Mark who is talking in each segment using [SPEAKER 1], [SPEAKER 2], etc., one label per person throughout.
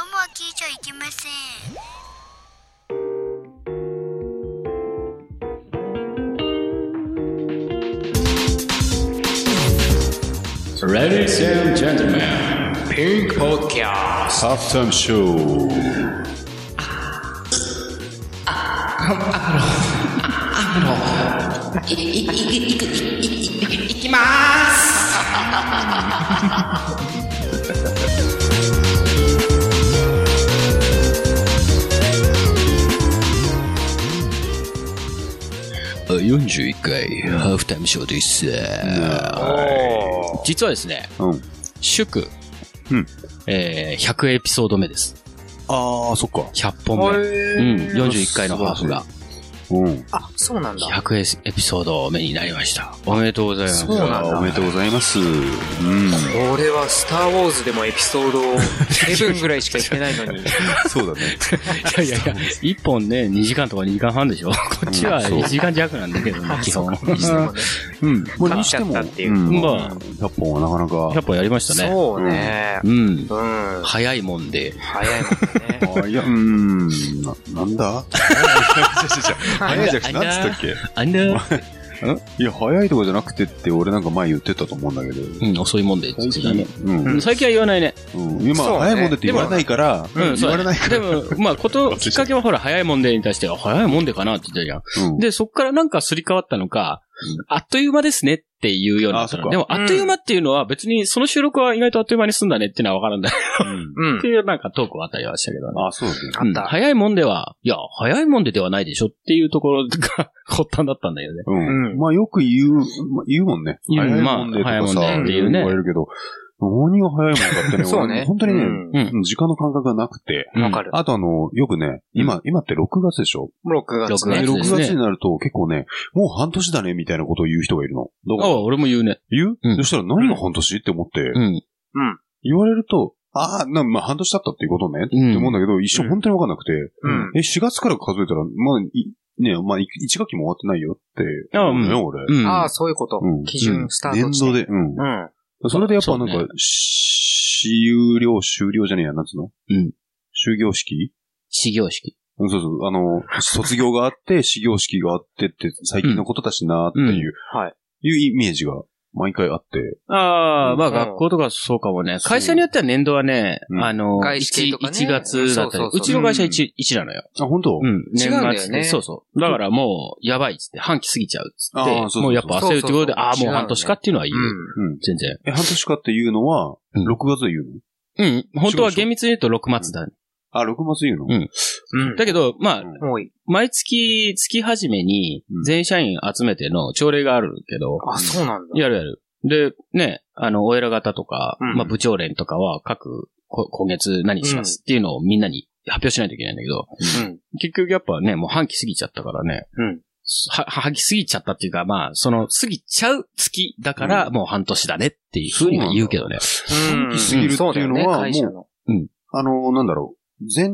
[SPEAKER 1] ゃいけません
[SPEAKER 2] Ladies and gentlemen,
[SPEAKER 3] ピンクポッキャー
[SPEAKER 2] halftime show.
[SPEAKER 3] いきまーす
[SPEAKER 4] 41回ハーフタイムショーです。実はですね、
[SPEAKER 2] うん。
[SPEAKER 4] 祝、
[SPEAKER 2] うん
[SPEAKER 4] えー100エピソード目です。
[SPEAKER 2] ああ、そっか。
[SPEAKER 4] 100本目。うん、41回のハーフが
[SPEAKER 2] うん。
[SPEAKER 3] あ、そうなんだ。
[SPEAKER 4] 100エピソード目になりました。おめでとうございます。
[SPEAKER 3] そうなんだ
[SPEAKER 2] おめでとうございます。うん。
[SPEAKER 3] これはスターウォーズでもエピソード7ぐらいしか言ってない のに。
[SPEAKER 2] そうだね。
[SPEAKER 4] いやいやいや、1本ね、2時間とか2時間半でしょ。こっちは
[SPEAKER 2] うんそう
[SPEAKER 4] 1時間弱なんだけどね、基本。
[SPEAKER 3] にしてもね
[SPEAKER 2] うん。ま
[SPEAKER 3] 買っちゃったっていう
[SPEAKER 2] うん
[SPEAKER 4] まあ
[SPEAKER 2] 100本はなかな
[SPEAKER 4] 100
[SPEAKER 2] か。
[SPEAKER 4] 本やりましたね。
[SPEAKER 3] そうね。
[SPEAKER 4] うん。
[SPEAKER 3] うん。
[SPEAKER 4] 早いもんで。
[SPEAKER 3] 早いもんね。
[SPEAKER 2] あいや、うん。な、なんだ早いじゃん。早いじゃん。なんつったっけ
[SPEAKER 4] あんな、
[SPEAKER 2] んいや、早いとかじゃなくてって俺なんか前言ってたと思うんだけど。
[SPEAKER 4] うん、遅いもんで。
[SPEAKER 2] 最近。うん。
[SPEAKER 4] 最近は言わないね。
[SPEAKER 2] うん。今、
[SPEAKER 3] そうね
[SPEAKER 2] 早いもんでって言われないから、う
[SPEAKER 4] う
[SPEAKER 2] ん
[SPEAKER 4] ん、
[SPEAKER 2] 言
[SPEAKER 4] そう
[SPEAKER 2] わ
[SPEAKER 4] だ
[SPEAKER 2] れな
[SPEAKER 4] ね
[SPEAKER 2] いか
[SPEAKER 4] でも、まあ、こと、きっかけはほら、早いもんでに対して、あ早いもんでかなって言ったじゃん。
[SPEAKER 2] ら。うん
[SPEAKER 4] で、そっからなんかすり替わったのか、あっという間ですねっていうようになった
[SPEAKER 2] あそっ
[SPEAKER 4] の
[SPEAKER 2] か
[SPEAKER 4] でも、あっという間っていうのは別に、その収録は意外とあっという間に済んだねっていうのはわかるんだっ
[SPEAKER 2] うん。
[SPEAKER 3] うん
[SPEAKER 4] て。いうなんかトークがあったりはしたけどね。
[SPEAKER 2] あ、そうだね。
[SPEAKER 3] あった
[SPEAKER 4] うん早いもんでは、いや、早いもんでではないでしょっていうところが発端だったんだよね。
[SPEAKER 2] うん。
[SPEAKER 3] うん
[SPEAKER 2] まあよく言う、まあ言うもんね。
[SPEAKER 4] 言う
[SPEAKER 2] 早いもんでと
[SPEAKER 4] まあ
[SPEAKER 2] かさ、
[SPEAKER 4] 早いもんでっていうね
[SPEAKER 2] 言われるけ ど、何が早いもんかってね、
[SPEAKER 3] そう
[SPEAKER 2] 俺
[SPEAKER 3] ね。
[SPEAKER 2] 本当にね、
[SPEAKER 3] うん
[SPEAKER 4] うん
[SPEAKER 2] 時間の感覚がなくて。
[SPEAKER 3] わかる。
[SPEAKER 2] あとあの、よくね、今、今って6月でしょ
[SPEAKER 3] 6月
[SPEAKER 4] 六
[SPEAKER 3] ね
[SPEAKER 4] 月。
[SPEAKER 2] ?6
[SPEAKER 4] ですね
[SPEAKER 2] 月になると結構ね、もう半年だね、みたいなことを言う人がいるの。だ
[SPEAKER 4] あ
[SPEAKER 2] から、
[SPEAKER 4] あ、俺も言うね。
[SPEAKER 2] 言う、
[SPEAKER 4] うん
[SPEAKER 2] そしたら何が半年って思って、
[SPEAKER 4] うん。
[SPEAKER 2] 言われると、ああ、な、まあ半年経ったっていうことね、って思うんだけど、一
[SPEAKER 3] う
[SPEAKER 2] 瞬
[SPEAKER 3] ん
[SPEAKER 2] 本当にわかんなくて、
[SPEAKER 3] うん
[SPEAKER 2] え、4月から数えたら、まあ、いね、まあ、1学期も終わってないよって、
[SPEAKER 4] あうん
[SPEAKER 2] ね、俺。
[SPEAKER 4] うん。
[SPEAKER 3] ああ、そういうこと
[SPEAKER 2] うん。
[SPEAKER 3] 基準スター
[SPEAKER 2] 年
[SPEAKER 3] ト地点
[SPEAKER 2] 度で。うん。
[SPEAKER 3] うん。
[SPEAKER 2] それでやっぱなん
[SPEAKER 4] そ
[SPEAKER 2] か、
[SPEAKER 4] うね
[SPEAKER 2] し終了、終了じゃねえや、なんつうの
[SPEAKER 4] うん。
[SPEAKER 2] 終業式
[SPEAKER 4] 始業式。
[SPEAKER 2] うんそうそう。あの、卒業があって、始業式があってって、最近のことだしなーっていう、
[SPEAKER 3] うんはい。
[SPEAKER 2] いうイメージが毎回あって。
[SPEAKER 4] ああ、
[SPEAKER 3] うん
[SPEAKER 4] まあ学校とかそうかもね。
[SPEAKER 2] そう
[SPEAKER 4] 会社によっては年度はね、
[SPEAKER 2] うん
[SPEAKER 4] あの、
[SPEAKER 3] 外資系
[SPEAKER 4] 1
[SPEAKER 3] とかね
[SPEAKER 4] 月だったり
[SPEAKER 3] そうそうそう、
[SPEAKER 4] うちの会社 1, 一なのよ。
[SPEAKER 2] あ、本当
[SPEAKER 4] うん。
[SPEAKER 3] 違うんだよね
[SPEAKER 4] でそうそう。だからもう、やばいっつって、半期過ぎちゃうっつっ
[SPEAKER 2] あーそうそう
[SPEAKER 4] て、
[SPEAKER 2] そう
[SPEAKER 4] もうやっぱ焦るってこと
[SPEAKER 3] そうそうそう
[SPEAKER 4] で、ああ、も
[SPEAKER 3] 違う
[SPEAKER 4] う
[SPEAKER 3] ね
[SPEAKER 4] 半年かっていうのは言う。
[SPEAKER 2] うん。
[SPEAKER 4] 全然。
[SPEAKER 2] え、半年かっていうのは、
[SPEAKER 4] うん
[SPEAKER 2] 6月で言うの
[SPEAKER 4] うん。本当
[SPEAKER 2] そ
[SPEAKER 4] は
[SPEAKER 2] うそう
[SPEAKER 4] 厳密に言うと6末だね。
[SPEAKER 2] あ、6月で言うの
[SPEAKER 4] うん
[SPEAKER 3] うん。うん。
[SPEAKER 4] だけど、まあ、
[SPEAKER 2] うん
[SPEAKER 3] 多い。
[SPEAKER 4] 毎月、月始めに
[SPEAKER 2] うん、
[SPEAKER 4] 全社員集めての朝礼があるけど、
[SPEAKER 3] あ、そうなんだ。
[SPEAKER 4] やるやる。で、ね、あの、お偉方とか、
[SPEAKER 3] うん
[SPEAKER 4] まあ部長連とかは各、こ今月何しますっていうのをみんなに発表しないといけないんだけど、
[SPEAKER 3] うん。
[SPEAKER 4] 結局やっぱね、もう半期過ぎちゃったからね、
[SPEAKER 3] うん。
[SPEAKER 4] は、はぎ過ぎちゃったっていうか、まあ、その、過ぎちゃう月だから、
[SPEAKER 2] うん
[SPEAKER 4] もう半年だねっていうふうには言うけどね。
[SPEAKER 3] うん。
[SPEAKER 2] 過ぎるっていうのは
[SPEAKER 3] そだよね会社の
[SPEAKER 2] あの、なんだろう。前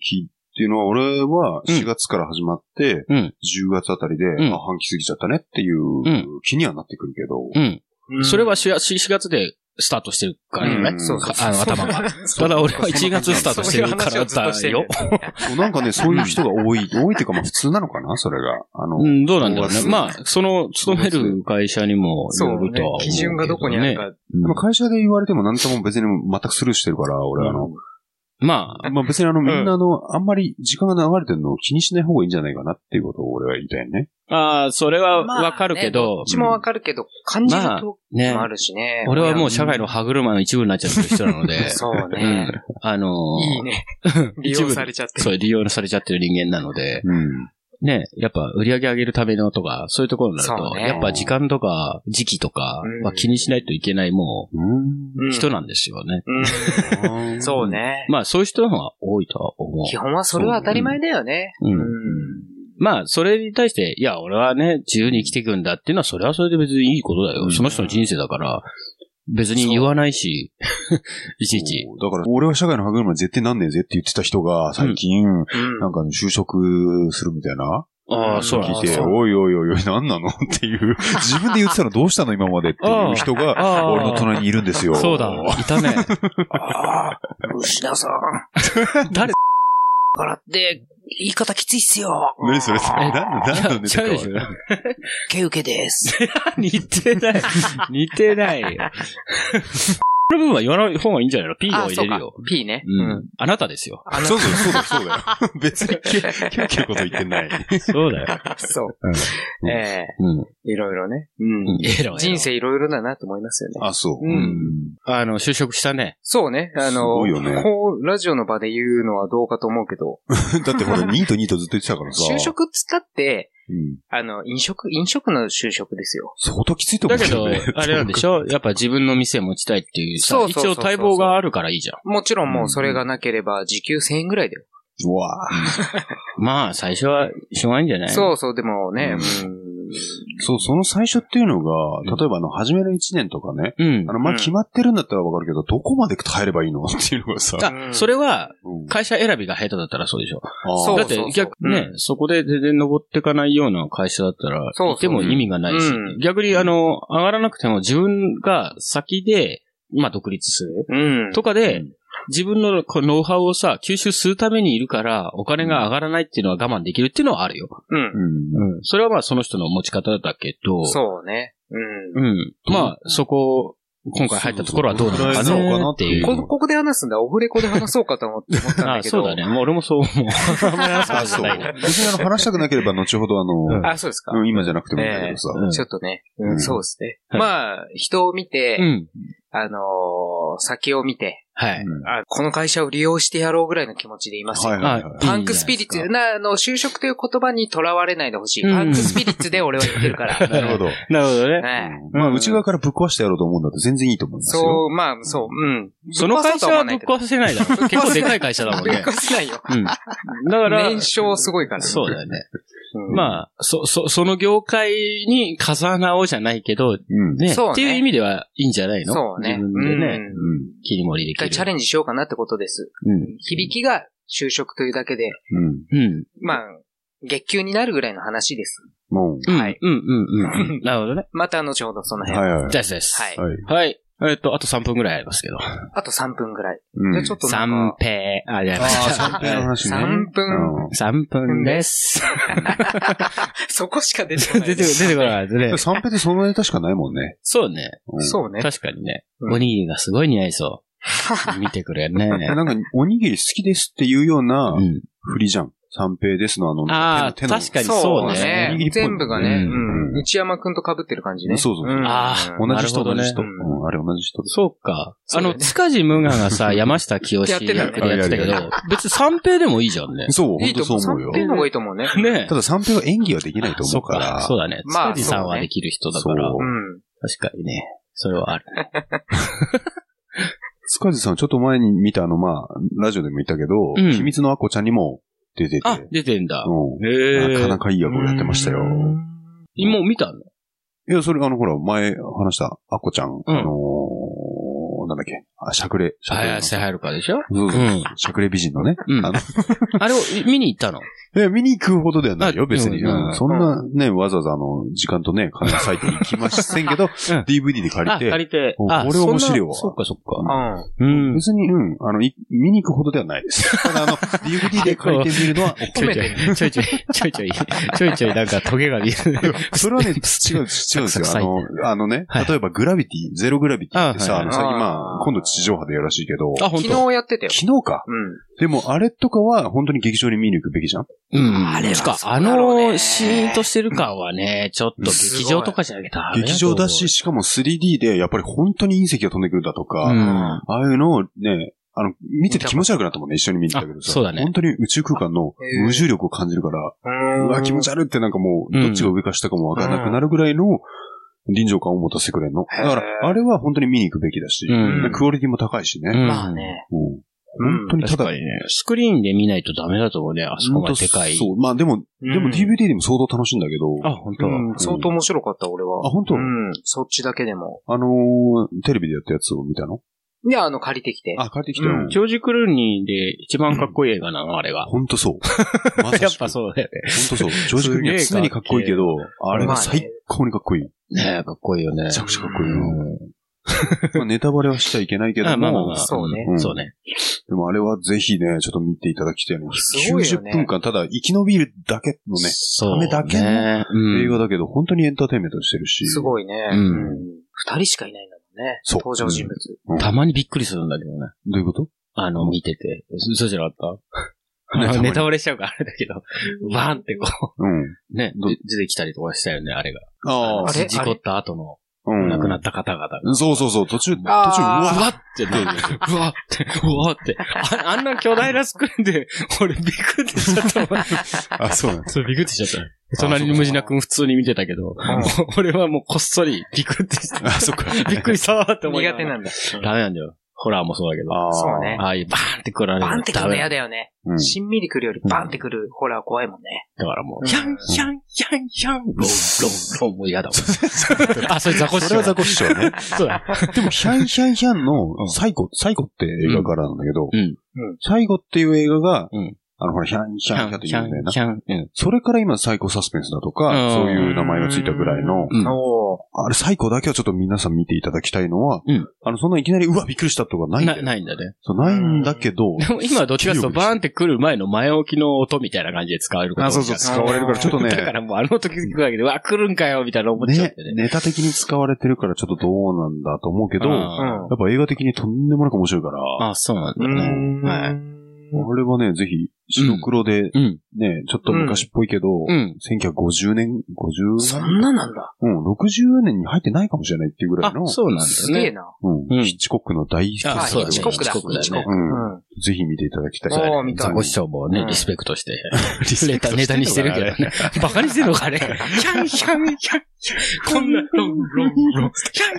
[SPEAKER 2] 期っていうのは、俺は
[SPEAKER 4] うん
[SPEAKER 2] 4月から始まって、
[SPEAKER 4] うん
[SPEAKER 2] 10月あたりで、
[SPEAKER 4] ん
[SPEAKER 2] あ半期過ぎちゃったねってい
[SPEAKER 4] ん
[SPEAKER 2] う気にはなってくるけど。
[SPEAKER 4] うん。
[SPEAKER 3] うん
[SPEAKER 4] それはしや4月でスタートしてるからじゃない、
[SPEAKER 2] うん
[SPEAKER 3] そうそうそう
[SPEAKER 4] あの、頭が。ただ俺は1月スタートしてるからだ よ。
[SPEAKER 2] そうなんか ね、そういう人が多い、 多いっていうか、まあ普通なのかなそれが。あの、
[SPEAKER 4] うん、どうなんだろうね
[SPEAKER 2] う。ん
[SPEAKER 4] まあ、その、勤める会社にも
[SPEAKER 3] そ
[SPEAKER 4] よ
[SPEAKER 3] う
[SPEAKER 4] る
[SPEAKER 3] ね
[SPEAKER 4] とは思うけど、ね。
[SPEAKER 3] 基準がどこにあるか。
[SPEAKER 2] で
[SPEAKER 4] う
[SPEAKER 2] も
[SPEAKER 4] ん
[SPEAKER 2] 会社で言われても何とも別に全くスルーしてるから、俺あの、
[SPEAKER 4] まあ、
[SPEAKER 2] まあ別にあの、
[SPEAKER 3] ん
[SPEAKER 2] みんなあの、あんまり時間が流れてるのを気にしない方がいいんじゃないかなっていうことを俺は言いたいね。
[SPEAKER 4] ああ、それは
[SPEAKER 3] まあ
[SPEAKER 4] わかるけ
[SPEAKER 3] ねど
[SPEAKER 4] ど
[SPEAKER 3] っ、ちもわかるけど、感じると
[SPEAKER 4] ね
[SPEAKER 3] もあるしね。
[SPEAKER 4] 俺はもう社会の歯車の一部になっちゃってる人なの で、
[SPEAKER 3] そう
[SPEAKER 4] う
[SPEAKER 3] ね
[SPEAKER 4] ん。あの
[SPEAKER 3] いいね。
[SPEAKER 4] ー、
[SPEAKER 3] 利用されちゃって
[SPEAKER 4] そう、
[SPEAKER 3] る。
[SPEAKER 4] 利用されちゃってる人間なので、
[SPEAKER 2] うん。
[SPEAKER 4] ね、やっぱ売り上げ上げるためのとか、そういうところになる
[SPEAKER 3] そう
[SPEAKER 4] と、
[SPEAKER 3] ね
[SPEAKER 4] やっぱ時間とか時期とかは気にしないといけないも
[SPEAKER 2] うん。
[SPEAKER 3] うん
[SPEAKER 4] う、人なんですよね。
[SPEAKER 2] あー
[SPEAKER 3] そう。ね。
[SPEAKER 4] まあ、そういう人の方が多いとは思
[SPEAKER 3] 基本はそれは当たり前だよね。
[SPEAKER 4] う。う。
[SPEAKER 3] うんん。
[SPEAKER 4] まあ、それに対して、いや、俺はね、自由に生きていくんだっていうのは、それはそれで別にいいことだよ。
[SPEAKER 2] うん
[SPEAKER 4] その人の人生だから、別に言わないし、 いちいち。
[SPEAKER 2] そうだから、俺は社会の歯車に絶対なんねえぜって言ってた人が、最近、
[SPEAKER 3] うん
[SPEAKER 2] なんかね、就職するみたいな
[SPEAKER 4] ああ、そうなん
[SPEAKER 2] 聞い
[SPEAKER 4] です
[SPEAKER 2] て、
[SPEAKER 4] よ。
[SPEAKER 2] おいおいおいおい、何なの っていう、自分で言ってたのどうしたの今までっていう人が、
[SPEAKER 1] ああ
[SPEAKER 2] 俺の隣にいるんですよ。
[SPEAKER 1] そうだ。いたね。
[SPEAKER 3] ああ、牛田さん。
[SPEAKER 1] 誰
[SPEAKER 3] からって、言い方きついっすよ。
[SPEAKER 2] 何それ何の、何のネ
[SPEAKER 1] ち
[SPEAKER 2] タ
[SPEAKER 1] ゃう
[SPEAKER 2] か
[SPEAKER 1] で
[SPEAKER 2] は
[SPEAKER 1] しょ
[SPEAKER 2] ね。
[SPEAKER 3] け受けです。
[SPEAKER 1] 似てない。似てないよ。
[SPEAKER 4] この部分は言わない方がいいんじゃないの ?P を入れるよ。。
[SPEAKER 3] P ね。
[SPEAKER 4] うん。あなたですよ。
[SPEAKER 3] あの
[SPEAKER 2] そうだよ、そうだよ、そうだよ。別に、キャッキャッキャこと言ってない。
[SPEAKER 4] そうだよ。
[SPEAKER 3] そう
[SPEAKER 2] うん。
[SPEAKER 3] ええ
[SPEAKER 4] うん。
[SPEAKER 3] いろいろね。うん。
[SPEAKER 4] えらい
[SPEAKER 3] 人。生いろいろだなと思いますよね。。
[SPEAKER 2] あ、そうう。
[SPEAKER 4] うんん。あの、就職したね。
[SPEAKER 3] そうね。あ
[SPEAKER 2] す
[SPEAKER 3] の、
[SPEAKER 2] ごいよね
[SPEAKER 3] こう、ラジオの場で言うのはどうかと思うけど、
[SPEAKER 2] だってほら、ニートニートずっと言ってたからさ。
[SPEAKER 3] 就職っつったって、
[SPEAKER 2] うん。
[SPEAKER 3] あの、飲食、飲食の就職ですよ。
[SPEAKER 2] 相当きついと思
[SPEAKER 4] だ
[SPEAKER 2] うけ
[SPEAKER 4] け
[SPEAKER 2] ど
[SPEAKER 4] ど
[SPEAKER 2] ね。、
[SPEAKER 4] あれなんでしょやっぱ自分の店持ちたいっていうさ
[SPEAKER 3] そうそう
[SPEAKER 4] 一
[SPEAKER 3] そう
[SPEAKER 4] 応待望があるからいいじゃん。
[SPEAKER 3] もちろんもうそれがなければ時給1000円ぐらいだよ。
[SPEAKER 2] うわぁ
[SPEAKER 4] まあ、最初はしょうがないんじゃない
[SPEAKER 3] そうそう、でもね、
[SPEAKER 2] う
[SPEAKER 3] うん
[SPEAKER 2] そう、その最初っていうの
[SPEAKER 4] うん
[SPEAKER 2] が、例えばあの、初めの1年とかね。
[SPEAKER 4] う。うん
[SPEAKER 2] あ。の、まあ、
[SPEAKER 3] うん
[SPEAKER 2] 決まってるんだったらわかるけど、どこまで耐えればいいの っていうのがさ。
[SPEAKER 4] あ、それは、
[SPEAKER 2] うん
[SPEAKER 4] 会社選びが下手だったらそうでしょ。
[SPEAKER 3] そう
[SPEAKER 4] だって逆ね、そこで全然登ってかないような会社だったら、
[SPEAKER 3] そうそう
[SPEAKER 4] いても意味がないし、
[SPEAKER 3] うん
[SPEAKER 4] 逆にあの、上がらなくても自分が先で、まあ独立する
[SPEAKER 3] うん。
[SPEAKER 4] とかで、
[SPEAKER 2] うん
[SPEAKER 4] 自分のこうノウハウをさ、吸収するためにいるから、お金が上がらないっていうのは我慢できるっていうのはあるよ。
[SPEAKER 3] うん
[SPEAKER 2] う。ん。
[SPEAKER 4] それはまあその人の持ち方だけど、
[SPEAKER 3] そうね。うん。
[SPEAKER 4] うん。まあ、そこ、今回入ったところはどうなのか
[SPEAKER 2] そうそう
[SPEAKER 4] なっていう。
[SPEAKER 2] そう
[SPEAKER 3] こここで話すんだ、オフレコで話そうかと思って思ったん
[SPEAKER 4] あ
[SPEAKER 3] だ
[SPEAKER 4] あ、
[SPEAKER 3] け
[SPEAKER 4] そ
[SPEAKER 3] ど。
[SPEAKER 4] うだね。もう俺 もそう思う。
[SPEAKER 2] あ、そう。別にあの、話したくなければ後ほどあの、
[SPEAKER 3] あ、そうですか。
[SPEAKER 2] うん、今じゃなくてもいいんだけどさ。
[SPEAKER 4] うん
[SPEAKER 3] ちょっとね。
[SPEAKER 2] うん
[SPEAKER 3] うん、そうですね。
[SPEAKER 4] はい
[SPEAKER 3] まあ、人を見て、
[SPEAKER 4] うん。
[SPEAKER 3] あのー先を見て、
[SPEAKER 4] はい。
[SPEAKER 2] うん
[SPEAKER 3] あこの会社を利用してやろうぐらいの気持ちでいますよ。
[SPEAKER 2] はいはいはい。
[SPEAKER 3] パンクスピリッツ、な、あの、就職という言葉にとらわれないでほしい。
[SPEAKER 4] うん
[SPEAKER 3] パンクスピリッツで俺は言ってるから。
[SPEAKER 2] なるほど。
[SPEAKER 4] なるほどね。
[SPEAKER 3] ね
[SPEAKER 2] うんまあ、内側からぶっ壊してやろうと思うんだって全然いいと思いますよ。
[SPEAKER 3] そう、まあ、そう、うん。
[SPEAKER 4] その会社はぶっ壊せないだろ。結構でかい会社だもん
[SPEAKER 3] ぶっ
[SPEAKER 4] ね。
[SPEAKER 3] 壊せないよ。
[SPEAKER 4] うん。だから、
[SPEAKER 3] 年商すごいからね。
[SPEAKER 4] そうだよね。
[SPEAKER 3] うん
[SPEAKER 4] まあ、そ、そ、その業界に重なおうじゃないけど、
[SPEAKER 2] うん。
[SPEAKER 4] ね。
[SPEAKER 3] そうね
[SPEAKER 4] っていう意味ではいいんじゃないの
[SPEAKER 3] そうね。
[SPEAKER 4] 自分でね、
[SPEAKER 3] うん
[SPEAKER 2] うん。
[SPEAKER 4] 切り盛り
[SPEAKER 3] 一
[SPEAKER 4] で
[SPEAKER 3] 回
[SPEAKER 4] き
[SPEAKER 3] チャ
[SPEAKER 4] る。
[SPEAKER 3] レンジしようかなってことです。
[SPEAKER 2] うん。
[SPEAKER 3] 響きが就職というだけで、
[SPEAKER 2] うん。
[SPEAKER 4] うん。
[SPEAKER 3] まあ、月給になるぐらいの話です。
[SPEAKER 2] も
[SPEAKER 4] うん。
[SPEAKER 3] はい
[SPEAKER 4] うん、うん、うん。なるほどね。
[SPEAKER 3] また後ほどその
[SPEAKER 2] う、
[SPEAKER 3] 辺。は。
[SPEAKER 2] はいいはい。
[SPEAKER 4] ですです。
[SPEAKER 2] はい。
[SPEAKER 4] はい。えっと、あと3分ぐらいありますけど。
[SPEAKER 3] あと3分ぐらい。
[SPEAKER 2] う
[SPEAKER 3] じゃ
[SPEAKER 2] ん
[SPEAKER 3] あちょっとなん
[SPEAKER 4] 三
[SPEAKER 3] か、
[SPEAKER 4] 平。あ、じゃ
[SPEAKER 2] ああ、三平の
[SPEAKER 4] あ、
[SPEAKER 2] 話ね。
[SPEAKER 3] 3分。
[SPEAKER 2] うん
[SPEAKER 4] 3分です。
[SPEAKER 3] そこしか出てこ
[SPEAKER 4] 出
[SPEAKER 3] ない。
[SPEAKER 4] て、出てこないですね。
[SPEAKER 2] 三平ってそのネタしかないもんね。
[SPEAKER 4] そうね。
[SPEAKER 2] うん
[SPEAKER 3] そうね。
[SPEAKER 4] 確かにね。
[SPEAKER 3] うん
[SPEAKER 4] おにぎりがすごい似合いそう。見てくれね。
[SPEAKER 2] なんか、おにぎり好きですっていうような
[SPEAKER 4] うん
[SPEAKER 2] 振りじゃん。三平ですの、あの、
[SPEAKER 4] ああ、
[SPEAKER 2] 手の手の
[SPEAKER 4] 確かにそう
[SPEAKER 2] そうねお
[SPEAKER 4] ね。
[SPEAKER 2] にぎりっぽい
[SPEAKER 3] 全部がね、
[SPEAKER 4] う
[SPEAKER 3] うんん内山くんと被ってる感じね。
[SPEAKER 2] そうそうそうん
[SPEAKER 4] あー
[SPEAKER 2] 同じ人、
[SPEAKER 4] なるほど
[SPEAKER 2] 同
[SPEAKER 4] ね
[SPEAKER 2] じ人。
[SPEAKER 3] う
[SPEAKER 2] うんん、あれ同じ人です。
[SPEAKER 4] そうか。
[SPEAKER 3] そ
[SPEAKER 4] あ
[SPEAKER 3] うだよ
[SPEAKER 4] の、
[SPEAKER 3] ね
[SPEAKER 4] 塚地無我がさ、山下清
[SPEAKER 3] やってたよね
[SPEAKER 4] 役でやってたけ
[SPEAKER 2] や。
[SPEAKER 4] ど、別に三平でもいいじゃんね
[SPEAKER 2] そう、
[SPEAKER 3] い
[SPEAKER 2] 本
[SPEAKER 3] いと
[SPEAKER 2] 当そ
[SPEAKER 3] 思
[SPEAKER 2] う
[SPEAKER 3] う。
[SPEAKER 2] 思うよ
[SPEAKER 3] 3。分の方がいいと思うね。
[SPEAKER 4] ね
[SPEAKER 2] ただ三平は演技はできないと思
[SPEAKER 4] そう
[SPEAKER 2] うから。
[SPEAKER 4] か。そうだね。
[SPEAKER 3] まあ
[SPEAKER 4] 塚地さんはできる人だから。
[SPEAKER 2] そう
[SPEAKER 3] うん。
[SPEAKER 4] 確かにね。それはある。
[SPEAKER 2] 塚地さん、ちょっと前に見たあの、まあ、ラジオでも言ったけど、
[SPEAKER 4] うん
[SPEAKER 2] 秘密のアッコちゃんにも出てて、
[SPEAKER 4] あ、出てんだ。
[SPEAKER 2] う
[SPEAKER 4] へ
[SPEAKER 2] ん、なかな
[SPEAKER 4] え。
[SPEAKER 2] かいい役をやってましたよ。
[SPEAKER 4] もう見たの
[SPEAKER 2] いや、それあの、ほら、前話したアッコちゃん、
[SPEAKER 4] うん
[SPEAKER 2] あのー、なんだっけ、あ、しゃくれ、しゃくれの。
[SPEAKER 4] 綾瀬はるかでしょ
[SPEAKER 2] そう
[SPEAKER 4] う
[SPEAKER 2] そう。
[SPEAKER 4] ん。
[SPEAKER 2] しゃくれ美人のね。
[SPEAKER 4] うん
[SPEAKER 2] あの。
[SPEAKER 4] あれを見に行ったの
[SPEAKER 2] いや、見に行くほどではない
[SPEAKER 4] あ
[SPEAKER 2] よ、別に。
[SPEAKER 4] うんうん
[SPEAKER 2] うんそんなね、わざわざあの、時間とね、金割いて行きませんけ ど、DVD で借り
[SPEAKER 4] あ、
[SPEAKER 2] て、
[SPEAKER 4] 借りて
[SPEAKER 2] お。
[SPEAKER 4] あ、
[SPEAKER 2] これ面白いわ
[SPEAKER 4] そんなそっかそっ
[SPEAKER 3] うん。
[SPEAKER 4] か。うん。
[SPEAKER 2] 別に、うん、あの、い見に行くほどではないです。 ただ、あの、DVD で借りてみるのは OK
[SPEAKER 4] ちょいちょい、ちょいちょい、ちょいちょい、ちょいちょいなんかトゲが見える。
[SPEAKER 2] それはね、違う、違うん ですよ。あの、あのね、
[SPEAKER 4] はい
[SPEAKER 2] 例えばグラビティ、ゼログラビティってさ、
[SPEAKER 4] あはい
[SPEAKER 2] あの、最近
[SPEAKER 3] あー
[SPEAKER 2] まあ、今度地上波でやるらしいけど、
[SPEAKER 4] あ、ほん
[SPEAKER 3] 昨
[SPEAKER 4] と
[SPEAKER 3] 日やってたよ。
[SPEAKER 2] 昨日か。
[SPEAKER 3] うん。
[SPEAKER 2] でも、あれとかは、本当に劇場に見に行くべきじゃん
[SPEAKER 4] うん。
[SPEAKER 3] あれは
[SPEAKER 4] つか、
[SPEAKER 3] そ
[SPEAKER 4] あ
[SPEAKER 3] うだろうね
[SPEAKER 4] のシーンとしてる感はね、ちょっと
[SPEAKER 3] すごい
[SPEAKER 4] 劇場とかじゃなきゃダメ
[SPEAKER 2] 劇場だし、、しかも 3D で、やっぱり本当に隕石が飛んでくるだとか、
[SPEAKER 4] うん
[SPEAKER 2] ああいうのをね、あの、見てて気持ち悪くなったもんね、一緒に見に行ったけど
[SPEAKER 4] あ
[SPEAKER 2] さ。
[SPEAKER 4] そうだね
[SPEAKER 2] 本当に宇宙空間の
[SPEAKER 3] へー
[SPEAKER 2] 無重力を感じるから、う
[SPEAKER 3] う
[SPEAKER 2] わ、気持
[SPEAKER 3] ち
[SPEAKER 2] ち悪いってなんかもう、
[SPEAKER 4] うん
[SPEAKER 2] どっちが上か下かもわからなくなるぐらいの臨場感を持たせてくれんの。だから
[SPEAKER 3] へ、ー
[SPEAKER 2] あれは本当に見に行くべきだし、
[SPEAKER 4] うん
[SPEAKER 2] クオリティも高いし
[SPEAKER 4] う
[SPEAKER 2] ね。
[SPEAKER 4] ん
[SPEAKER 3] まあね。
[SPEAKER 2] うん
[SPEAKER 3] うん
[SPEAKER 2] 本当にただ、
[SPEAKER 4] スクリーンで見ないとダメだと思うね、あそこまででかい。
[SPEAKER 2] そう。まあでも、でも
[SPEAKER 3] うん
[SPEAKER 2] DVD でも相当楽しいんだけど、
[SPEAKER 4] あ、ほんと。
[SPEAKER 3] うん相当面白かった、俺は。
[SPEAKER 2] あ本当
[SPEAKER 3] うん。そっちだけでも。
[SPEAKER 2] あのー、テレビでやったやつを見たの
[SPEAKER 3] で、あの、借りてきて。
[SPEAKER 2] あ、借りてきたよ。
[SPEAKER 1] うん
[SPEAKER 4] ジョージ・クルーニーで一番かっこいい映画なの、あれ が。
[SPEAKER 2] ほんと そう。まさしく
[SPEAKER 4] やっぱそうだよね。
[SPEAKER 2] ほんとそう。ジョージ・クルーニーは常にかっこいいけど、あれが最高にかっこいい。め
[SPEAKER 4] ねえ、かっこいいよね。
[SPEAKER 2] ちゃくちゃかっこいいよ。まあネタバレはしちゃいけないけども、
[SPEAKER 4] あ まあまあまあ
[SPEAKER 3] そうね
[SPEAKER 2] ん
[SPEAKER 4] そうね。
[SPEAKER 2] でもあれはぜひね、ちょっと見ていただきたいね。
[SPEAKER 3] すごいよね
[SPEAKER 2] 90分間、ただ生き延びるだけのね、
[SPEAKER 4] そう
[SPEAKER 2] ためだけの
[SPEAKER 4] ねうん
[SPEAKER 2] 映画だけど、本当にエンターテインメントしてるし。
[SPEAKER 3] すごいね。
[SPEAKER 4] う
[SPEAKER 3] うんん二人しかいないんだもんね。
[SPEAKER 2] そう
[SPEAKER 3] 登場人物。
[SPEAKER 2] うん
[SPEAKER 4] たまにびっくりするんだけどね。
[SPEAKER 2] どういうこと
[SPEAKER 4] あの、見てて。そうじゃなかっ た
[SPEAKER 2] ネタバレ
[SPEAKER 4] ネタバレしちゃうからあれだけど、バーンってこ
[SPEAKER 2] うん。
[SPEAKER 4] う、ね、
[SPEAKER 2] ど
[SPEAKER 4] で出てきたりとかしたよね、あれが。
[SPEAKER 2] あ
[SPEAKER 3] あれ
[SPEAKER 4] 事故った後の
[SPEAKER 2] あ、うん。
[SPEAKER 4] 亡くなった方々が。
[SPEAKER 2] そうそうそう、途中、途中、う
[SPEAKER 3] あー
[SPEAKER 4] う
[SPEAKER 2] わ
[SPEAKER 4] わってなるうわって、うわって。ああんな巨大なスクリーンで、俺ビクってしちゃったもん。
[SPEAKER 2] あ、そうなんだ
[SPEAKER 4] そう、ビクってしちゃった。隣のムジナ君普通に見てたけど、俺はもうこっそりビクってして
[SPEAKER 2] あ、そっか。
[SPEAKER 4] びっくりしたーって思い
[SPEAKER 3] 苦手なんん
[SPEAKER 4] だ。
[SPEAKER 3] だ。
[SPEAKER 4] ダメなんだよ。ホラーもそうだけど。
[SPEAKER 2] あー
[SPEAKER 3] そうね
[SPEAKER 4] ああいうバーンって来られる
[SPEAKER 3] バンってくる
[SPEAKER 4] ダ
[SPEAKER 3] の
[SPEAKER 4] メ
[SPEAKER 3] 嫌だよね。
[SPEAKER 2] うん
[SPEAKER 3] しんみりくるよりバンってくるホラー怖いもんね。
[SPEAKER 4] だからもう、
[SPEAKER 3] うん
[SPEAKER 4] ヒャンヒャンヒャンヒャン、ロンロンロンもう嫌だもん。 あ、それザコシ
[SPEAKER 2] それはザコシショウね。
[SPEAKER 4] そうだ。
[SPEAKER 2] でも、ヒャンヒャンヒャン
[SPEAKER 4] うん
[SPEAKER 2] の、サイコ、サイコって映画からなんだけど、
[SPEAKER 4] うん
[SPEAKER 3] うん
[SPEAKER 2] サイコっていう映画が、
[SPEAKER 4] うん
[SPEAKER 2] あの、ほら、ヒャンヒ
[SPEAKER 4] ヒ
[SPEAKER 2] ャン
[SPEAKER 4] ャ
[SPEAKER 2] ヒャンっ
[SPEAKER 4] ン
[SPEAKER 2] て
[SPEAKER 4] ヒ
[SPEAKER 2] 言
[SPEAKER 4] ャ
[SPEAKER 2] うんだよ
[SPEAKER 4] ン
[SPEAKER 2] な。
[SPEAKER 4] ヒャン。うん
[SPEAKER 2] それから今、サイコサスペンスだとか、
[SPEAKER 4] うん
[SPEAKER 2] そういう名前がついたぐらいの、
[SPEAKER 4] うん
[SPEAKER 3] おー
[SPEAKER 2] あれ、サイコだけはちょっと皆さん見ていただきたいのは、
[SPEAKER 4] うん
[SPEAKER 2] あの、そんないきなり、うわ、びっくりしたとかないんだ
[SPEAKER 4] な
[SPEAKER 2] よ。
[SPEAKER 4] ないんだね。
[SPEAKER 2] そうないんだけど、
[SPEAKER 4] でも今はどっちかというと、バーンって来る前の前置きの音みたいな感じで使われるこ と
[SPEAKER 2] あ、そうそう、
[SPEAKER 4] ち
[SPEAKER 2] 使われるから、ちょっと ね、
[SPEAKER 4] だからもうあの時聞くだけで、うわ、来るんかよみたいな思っちゃっ
[SPEAKER 2] ね
[SPEAKER 4] てね。、
[SPEAKER 2] ネタ的に使われてるからちょっとどうなんだと思うけど、やっ
[SPEAKER 4] あ
[SPEAKER 2] ぱ映画的にとんでもなく面白いから、
[SPEAKER 4] ーあ、そうなんだ
[SPEAKER 3] う
[SPEAKER 4] ね。
[SPEAKER 3] ん。
[SPEAKER 4] はい
[SPEAKER 2] あれはね、ぜひ、白黒で、
[SPEAKER 4] うん。
[SPEAKER 2] ね、ちょっと昔っぽいけど、
[SPEAKER 4] うん。
[SPEAKER 2] 1950年、50
[SPEAKER 3] そ
[SPEAKER 2] 年
[SPEAKER 3] んななんだ。
[SPEAKER 2] うん、60年に入ってないかもしれないっていうぐら
[SPEAKER 4] あ
[SPEAKER 2] いの、、
[SPEAKER 4] そうなんだね。
[SPEAKER 3] すげえな。
[SPEAKER 2] う、
[SPEAKER 4] うんん
[SPEAKER 2] ヒッチコックの大ヒット
[SPEAKER 4] あ
[SPEAKER 3] あ、
[SPEAKER 4] そうだね
[SPEAKER 3] ヒッチコックだ。
[SPEAKER 4] ヒッチコックだね
[SPEAKER 3] ヒッチコック
[SPEAKER 2] うん、
[SPEAKER 3] うん
[SPEAKER 2] ぜひ見ていただきたい。
[SPEAKER 3] そうだねおー見たい
[SPEAKER 4] ザコシショウもね、 リスペクトして、ネタ、ネタにしてるけどね。 バカにしてるのかね。ヒャンヒャンヒャン、こんな、ロンロンロン、ヒャン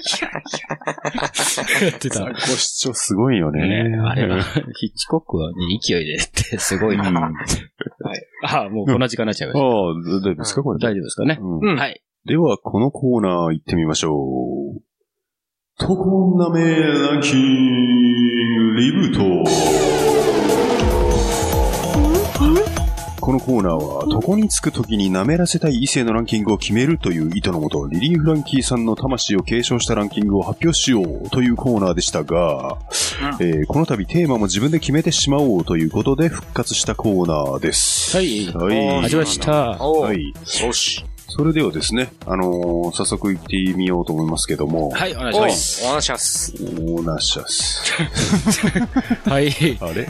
[SPEAKER 4] ヒャンヒャン。やってた
[SPEAKER 2] ザ。コシショウすごいよね。
[SPEAKER 4] ねあれは、 ヒッチコックはね、勢いでって、す ごいな。
[SPEAKER 2] うん
[SPEAKER 4] ああ、もうこんな時間になっちゃい
[SPEAKER 2] あ
[SPEAKER 4] まし
[SPEAKER 2] あ、大丈夫ですか、これ。
[SPEAKER 4] た。大丈夫ですかね。
[SPEAKER 2] うん
[SPEAKER 3] うん
[SPEAKER 4] はい。
[SPEAKER 2] では、このコーナー行ってみましょう。とこんなめランキングリブート。このコーナーは、床につく時に舐めらせたい異性のランキングを決めるという意図のもと、リリー・フランキーさんの魂を継承したランキングを発表しようというコーナーでしたが、えーこの度テーマも自分で決めてしまおうということで復活したコーナーです。
[SPEAKER 4] はい
[SPEAKER 2] はい。
[SPEAKER 4] 始まりました。
[SPEAKER 3] お
[SPEAKER 2] は
[SPEAKER 3] ー
[SPEAKER 2] い。
[SPEAKER 3] よし。
[SPEAKER 2] それではですね、あのー早速行ってみようと思いますけども、
[SPEAKER 4] はい、お願い
[SPEAKER 3] お
[SPEAKER 4] し
[SPEAKER 3] ーお願
[SPEAKER 4] ます。
[SPEAKER 3] いします。
[SPEAKER 2] オーナシャス。
[SPEAKER 4] はい。
[SPEAKER 2] あ れ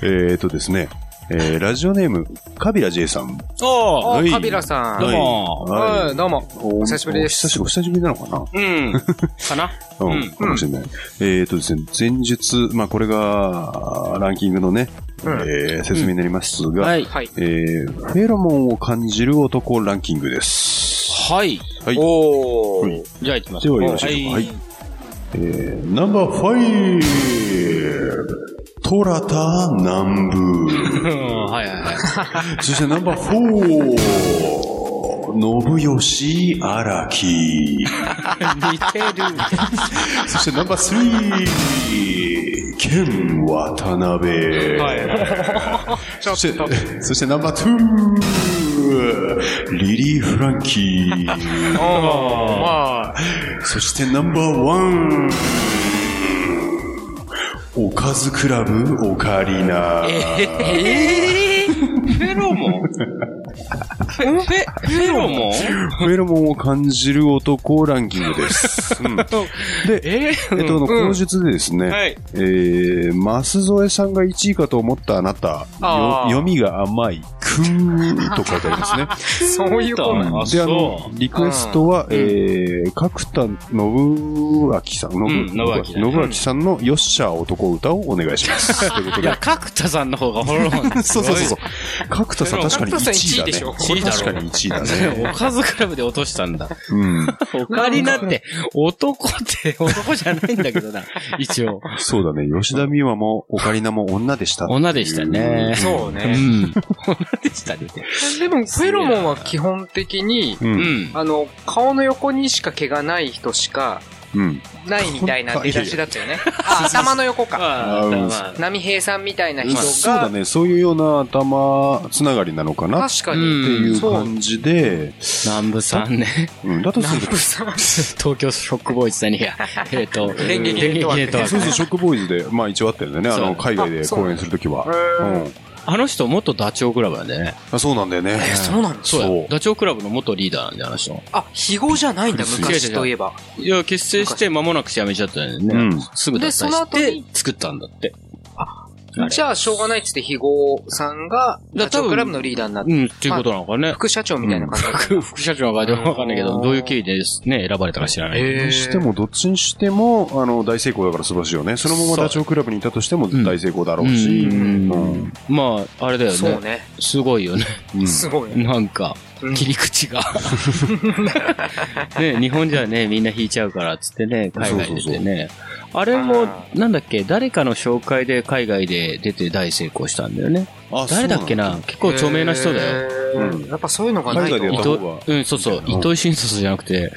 [SPEAKER 2] えーとですね、えーラジオネーム、カビラ J さん。
[SPEAKER 4] おー
[SPEAKER 3] お
[SPEAKER 2] はい
[SPEAKER 3] ー、カビラさ
[SPEAKER 4] ど
[SPEAKER 3] ん。
[SPEAKER 4] うも
[SPEAKER 2] はい
[SPEAKER 3] うん、どうも。
[SPEAKER 2] お
[SPEAKER 3] 久しぶりです
[SPEAKER 2] お久しぶり、お久しぶりなのかな
[SPEAKER 4] うん。かな
[SPEAKER 2] う
[SPEAKER 4] うん
[SPEAKER 2] ん、かもしれない。えーとですね、前述、まあこれが、ランキングのね、
[SPEAKER 3] うん
[SPEAKER 2] えー説明になりますが、
[SPEAKER 4] はい。
[SPEAKER 3] はい。
[SPEAKER 2] えーフェロモンを感じる男ランキングです。
[SPEAKER 4] はい。
[SPEAKER 2] はい。
[SPEAKER 3] お
[SPEAKER 2] はい
[SPEAKER 3] ー。
[SPEAKER 4] じゃあ行きます。
[SPEAKER 2] ではよろしいでしょうか。はい。えー、ナンバーファイトラタ南部。
[SPEAKER 4] うん、はいはいはい。
[SPEAKER 2] そしてナンバーフォー信義荒木。
[SPEAKER 4] 似てる。
[SPEAKER 2] そしてナンバースリー剣渡辺。そして、そしてナンバーツーリリー・フランキー。
[SPEAKER 3] あ
[SPEAKER 2] そしてナンバーワンおかずクラブオカリナ。
[SPEAKER 4] えー、フェロモンフェ、フェ、フェロモン
[SPEAKER 2] フェロモンを感じる男ランキングです。うんで、
[SPEAKER 4] え
[SPEAKER 2] えっと、あの、口述でですね、
[SPEAKER 4] はい。
[SPEAKER 2] えー、マスゾエさんが1位かと思ったあなた、
[SPEAKER 3] あー
[SPEAKER 2] よ読みが甘い、くーんと書いてありますね。
[SPEAKER 3] あ、そういうことな
[SPEAKER 4] あ
[SPEAKER 2] で、あ
[SPEAKER 4] そ
[SPEAKER 2] の、リクエストは、
[SPEAKER 4] ん
[SPEAKER 2] えー、角田信明さん、信
[SPEAKER 4] ん信明
[SPEAKER 2] 信明さんのよっしゃ男歌をお願いします。ということ
[SPEAKER 4] い
[SPEAKER 2] で
[SPEAKER 4] や、。角田さんの方がフェロモン
[SPEAKER 2] そうそうそうそう。角田さん確かに1位だね。
[SPEAKER 3] 角田
[SPEAKER 4] さん1位でしょ
[SPEAKER 2] 確かに1位だ
[SPEAKER 4] す
[SPEAKER 2] ね。
[SPEAKER 4] ごい。おかずクラブで落としたんだ。
[SPEAKER 2] うん。
[SPEAKER 4] オカリナって、男って男じゃないんだけどな。一応。
[SPEAKER 2] そうだね。吉田美和も、オカリナも女でした。
[SPEAKER 4] 女でしたね。
[SPEAKER 3] そう
[SPEAKER 4] う
[SPEAKER 3] ね。
[SPEAKER 4] ん。女でしたね。
[SPEAKER 3] でも、フェロモンは基本的に、
[SPEAKER 2] う。
[SPEAKER 4] うんん。
[SPEAKER 3] あの、顔の横にしか毛がない人しか、
[SPEAKER 2] うん。
[SPEAKER 3] ないみたいな出だしだった よね。あ、頭の横か。
[SPEAKER 2] あ
[SPEAKER 1] あ
[SPEAKER 2] ー
[SPEAKER 1] ま
[SPEAKER 3] 波平さんみたいな人
[SPEAKER 2] そうだ
[SPEAKER 3] が、
[SPEAKER 2] ね、そういうような頭つながりなのかなっ
[SPEAKER 3] 確か
[SPEAKER 4] う
[SPEAKER 3] に
[SPEAKER 4] ん。
[SPEAKER 2] ていう
[SPEAKER 3] そう
[SPEAKER 2] 感じで、
[SPEAKER 4] 南部さんね。
[SPEAKER 2] うん、だとする
[SPEAKER 4] 南部さん。東京ショックボーイズさんに、いやえっと、
[SPEAKER 3] 電撃ネットワーク
[SPEAKER 4] 電
[SPEAKER 2] と、そうそう、
[SPEAKER 4] ク。
[SPEAKER 2] ショックボーイズで、まあ一応あったよね、あ
[SPEAKER 4] そう
[SPEAKER 2] の、海外で公演するときは。うん。
[SPEAKER 4] あの人元ダチョウクラブだね。
[SPEAKER 2] あそうなんだよね。
[SPEAKER 3] え、そうなんです
[SPEAKER 4] そう
[SPEAKER 2] そう
[SPEAKER 4] やダチョウクラブの元リーダーなんで、あの人。
[SPEAKER 3] あ、非合じゃないんだ、
[SPEAKER 2] 違う違う
[SPEAKER 3] 昔といえば。
[SPEAKER 4] いや、結成して間もなくして辞めちゃったよね。
[SPEAKER 2] うん
[SPEAKER 4] すぐ脱退
[SPEAKER 3] でその
[SPEAKER 4] し
[SPEAKER 3] 後
[SPEAKER 4] て
[SPEAKER 3] に
[SPEAKER 4] 作ったんだって。あれ
[SPEAKER 3] じゃあ、しょうがないっつって、非合さんが、
[SPEAKER 4] ら
[SPEAKER 3] ダチョ
[SPEAKER 4] 多分
[SPEAKER 3] ウクラブのリーダーになって、
[SPEAKER 4] うん、っていうことなのかね。
[SPEAKER 3] 副社長みたいな感じだった
[SPEAKER 4] 副副社長がでもわかんないけど、どういう経緯でね、選ばれたか知らない。
[SPEAKER 3] へー
[SPEAKER 2] にしても、どっちにしても、あの、大成功だから素晴らしいよね。そのままダチョウクラブにいたとしても
[SPEAKER 4] ん
[SPEAKER 2] 大成功だろ
[SPEAKER 4] う
[SPEAKER 2] うし。
[SPEAKER 4] ん
[SPEAKER 2] うん
[SPEAKER 4] まあ、あれだよ
[SPEAKER 3] そう
[SPEAKER 4] ね。
[SPEAKER 3] ね。
[SPEAKER 4] すごいよね。
[SPEAKER 2] うん
[SPEAKER 3] すごいね。
[SPEAKER 4] なんか、
[SPEAKER 3] うん
[SPEAKER 4] 切り口が。ね、日本じゃね、みんな引いちゃうから、つってね、海外出てね。あれも、なんだっけ、誰かの紹介で海外で出て大成功したんだよね。
[SPEAKER 2] あ
[SPEAKER 4] 誰だっけな結構著名な人だよ。
[SPEAKER 3] よ
[SPEAKER 2] うん
[SPEAKER 3] やっぱそういうのがないと
[SPEAKER 2] 海外で
[SPEAKER 4] 伊
[SPEAKER 2] や
[SPEAKER 3] 思
[SPEAKER 2] った方
[SPEAKER 3] う。
[SPEAKER 4] 藤
[SPEAKER 2] が、
[SPEAKER 4] うん、そうそう、伊藤新卒じゃなくて、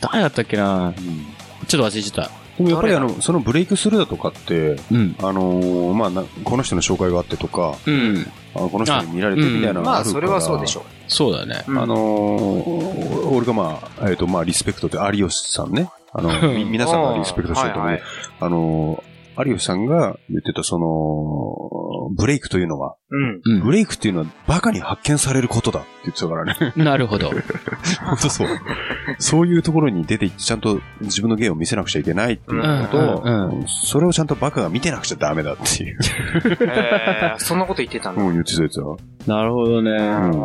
[SPEAKER 4] 誰だったっけな
[SPEAKER 2] そうなんだ
[SPEAKER 4] ちょっと忘れちゃった。
[SPEAKER 2] うんでもやっぱりあの、そのブレイクスルーだとかって、
[SPEAKER 4] うん。
[SPEAKER 2] あのーまあな、この人の紹介があってとか、
[SPEAKER 4] うん。
[SPEAKER 2] あこの人に見られてみたいなの
[SPEAKER 3] ま
[SPEAKER 2] があ
[SPEAKER 3] あ、
[SPEAKER 2] るから、
[SPEAKER 3] それはそうでし
[SPEAKER 2] ょ。
[SPEAKER 3] ょ
[SPEAKER 4] そうだね。
[SPEAKER 3] う。うん
[SPEAKER 2] あのー、お俺がまあ、えっ、と、まあ、リスペクトって有吉さんね。あの、 み皆さんがリスペクトしてると思う。
[SPEAKER 3] あー
[SPEAKER 2] あ,、
[SPEAKER 3] はいはい
[SPEAKER 2] のー、有吉さんが言ってた、その、ブレイクというのは、
[SPEAKER 3] うん。
[SPEAKER 4] う
[SPEAKER 2] ブ
[SPEAKER 4] ん。
[SPEAKER 2] レイクっていうのはバカに発見されることだって言ってたから ね。
[SPEAKER 4] なるほど。
[SPEAKER 2] 本当そう。そういうところに出て行って、ちゃんと自分の芸を見せなくちゃいけないっていうことと、
[SPEAKER 4] うんうん
[SPEAKER 2] それをちゃんとバカが見てなくちゃダメだっていう。
[SPEAKER 3] えーそんなこと言ってたんだ。
[SPEAKER 2] うん、言ってたやつは。
[SPEAKER 4] なるほどね。
[SPEAKER 2] うん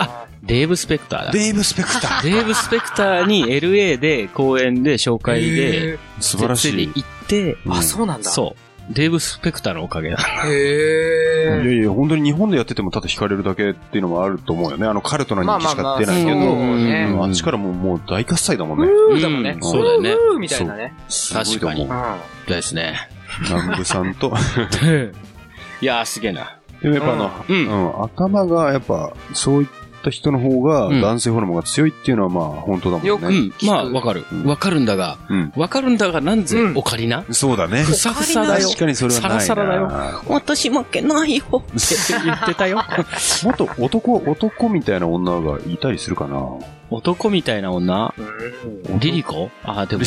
[SPEAKER 3] あ
[SPEAKER 4] デーブ・スペクターだ。デ
[SPEAKER 2] デーブ・スペクター。
[SPEAKER 4] ーブ・スペクターに LA で公演で紹
[SPEAKER 3] ー
[SPEAKER 4] 介で、
[SPEAKER 2] 素晴らし
[SPEAKER 4] 設定
[SPEAKER 2] い
[SPEAKER 4] に。行って、
[SPEAKER 2] うん
[SPEAKER 3] あ、そうなんだ。
[SPEAKER 4] そう。デーブ・スペクターのおかげだ。
[SPEAKER 3] う。へ
[SPEAKER 2] い
[SPEAKER 3] ー
[SPEAKER 2] やいや、本当に日本でやっててもただ惹かれるだけっていうのもあると思うよね。あの、カルトな
[SPEAKER 3] まあ
[SPEAKER 2] 人気
[SPEAKER 3] ま
[SPEAKER 2] しか
[SPEAKER 3] あまあ、
[SPEAKER 2] 出ないけど、
[SPEAKER 3] そう
[SPEAKER 2] う
[SPEAKER 3] ね。
[SPEAKER 2] んあっちからもうもう大喝采だもんね。
[SPEAKER 3] ふーだもんね
[SPEAKER 4] うん。そうだよね
[SPEAKER 3] ふーみたいなね。
[SPEAKER 2] すごいと思
[SPEAKER 4] 確
[SPEAKER 2] う。
[SPEAKER 3] う
[SPEAKER 4] ですね。
[SPEAKER 2] 南部さんと。
[SPEAKER 4] いやー、すげえな。
[SPEAKER 2] でもやっぱあ
[SPEAKER 4] う
[SPEAKER 2] の、
[SPEAKER 4] ん。
[SPEAKER 2] うん、頭がやっぱ、そういった人の方が
[SPEAKER 4] うん
[SPEAKER 2] 男性ホルモンが強いっていうのはまあ本当だもんね。
[SPEAKER 3] よく
[SPEAKER 4] う
[SPEAKER 3] 聞
[SPEAKER 4] ん。
[SPEAKER 3] く
[SPEAKER 4] まあ、わかる。わかるんだが
[SPEAKER 2] うん、
[SPEAKER 4] わかるんだが、なんぜ
[SPEAKER 3] う、ん
[SPEAKER 4] オカリナ
[SPEAKER 2] そうだね
[SPEAKER 4] ふ。さふさだよ。
[SPEAKER 2] 確かにそれはないな。
[SPEAKER 4] サラサラだよ私負けないよって言ってたよ。
[SPEAKER 2] もっと男、男みたいな女がいたりするかな。
[SPEAKER 4] 男みたいな女
[SPEAKER 3] ん
[SPEAKER 4] リリコあ、でも、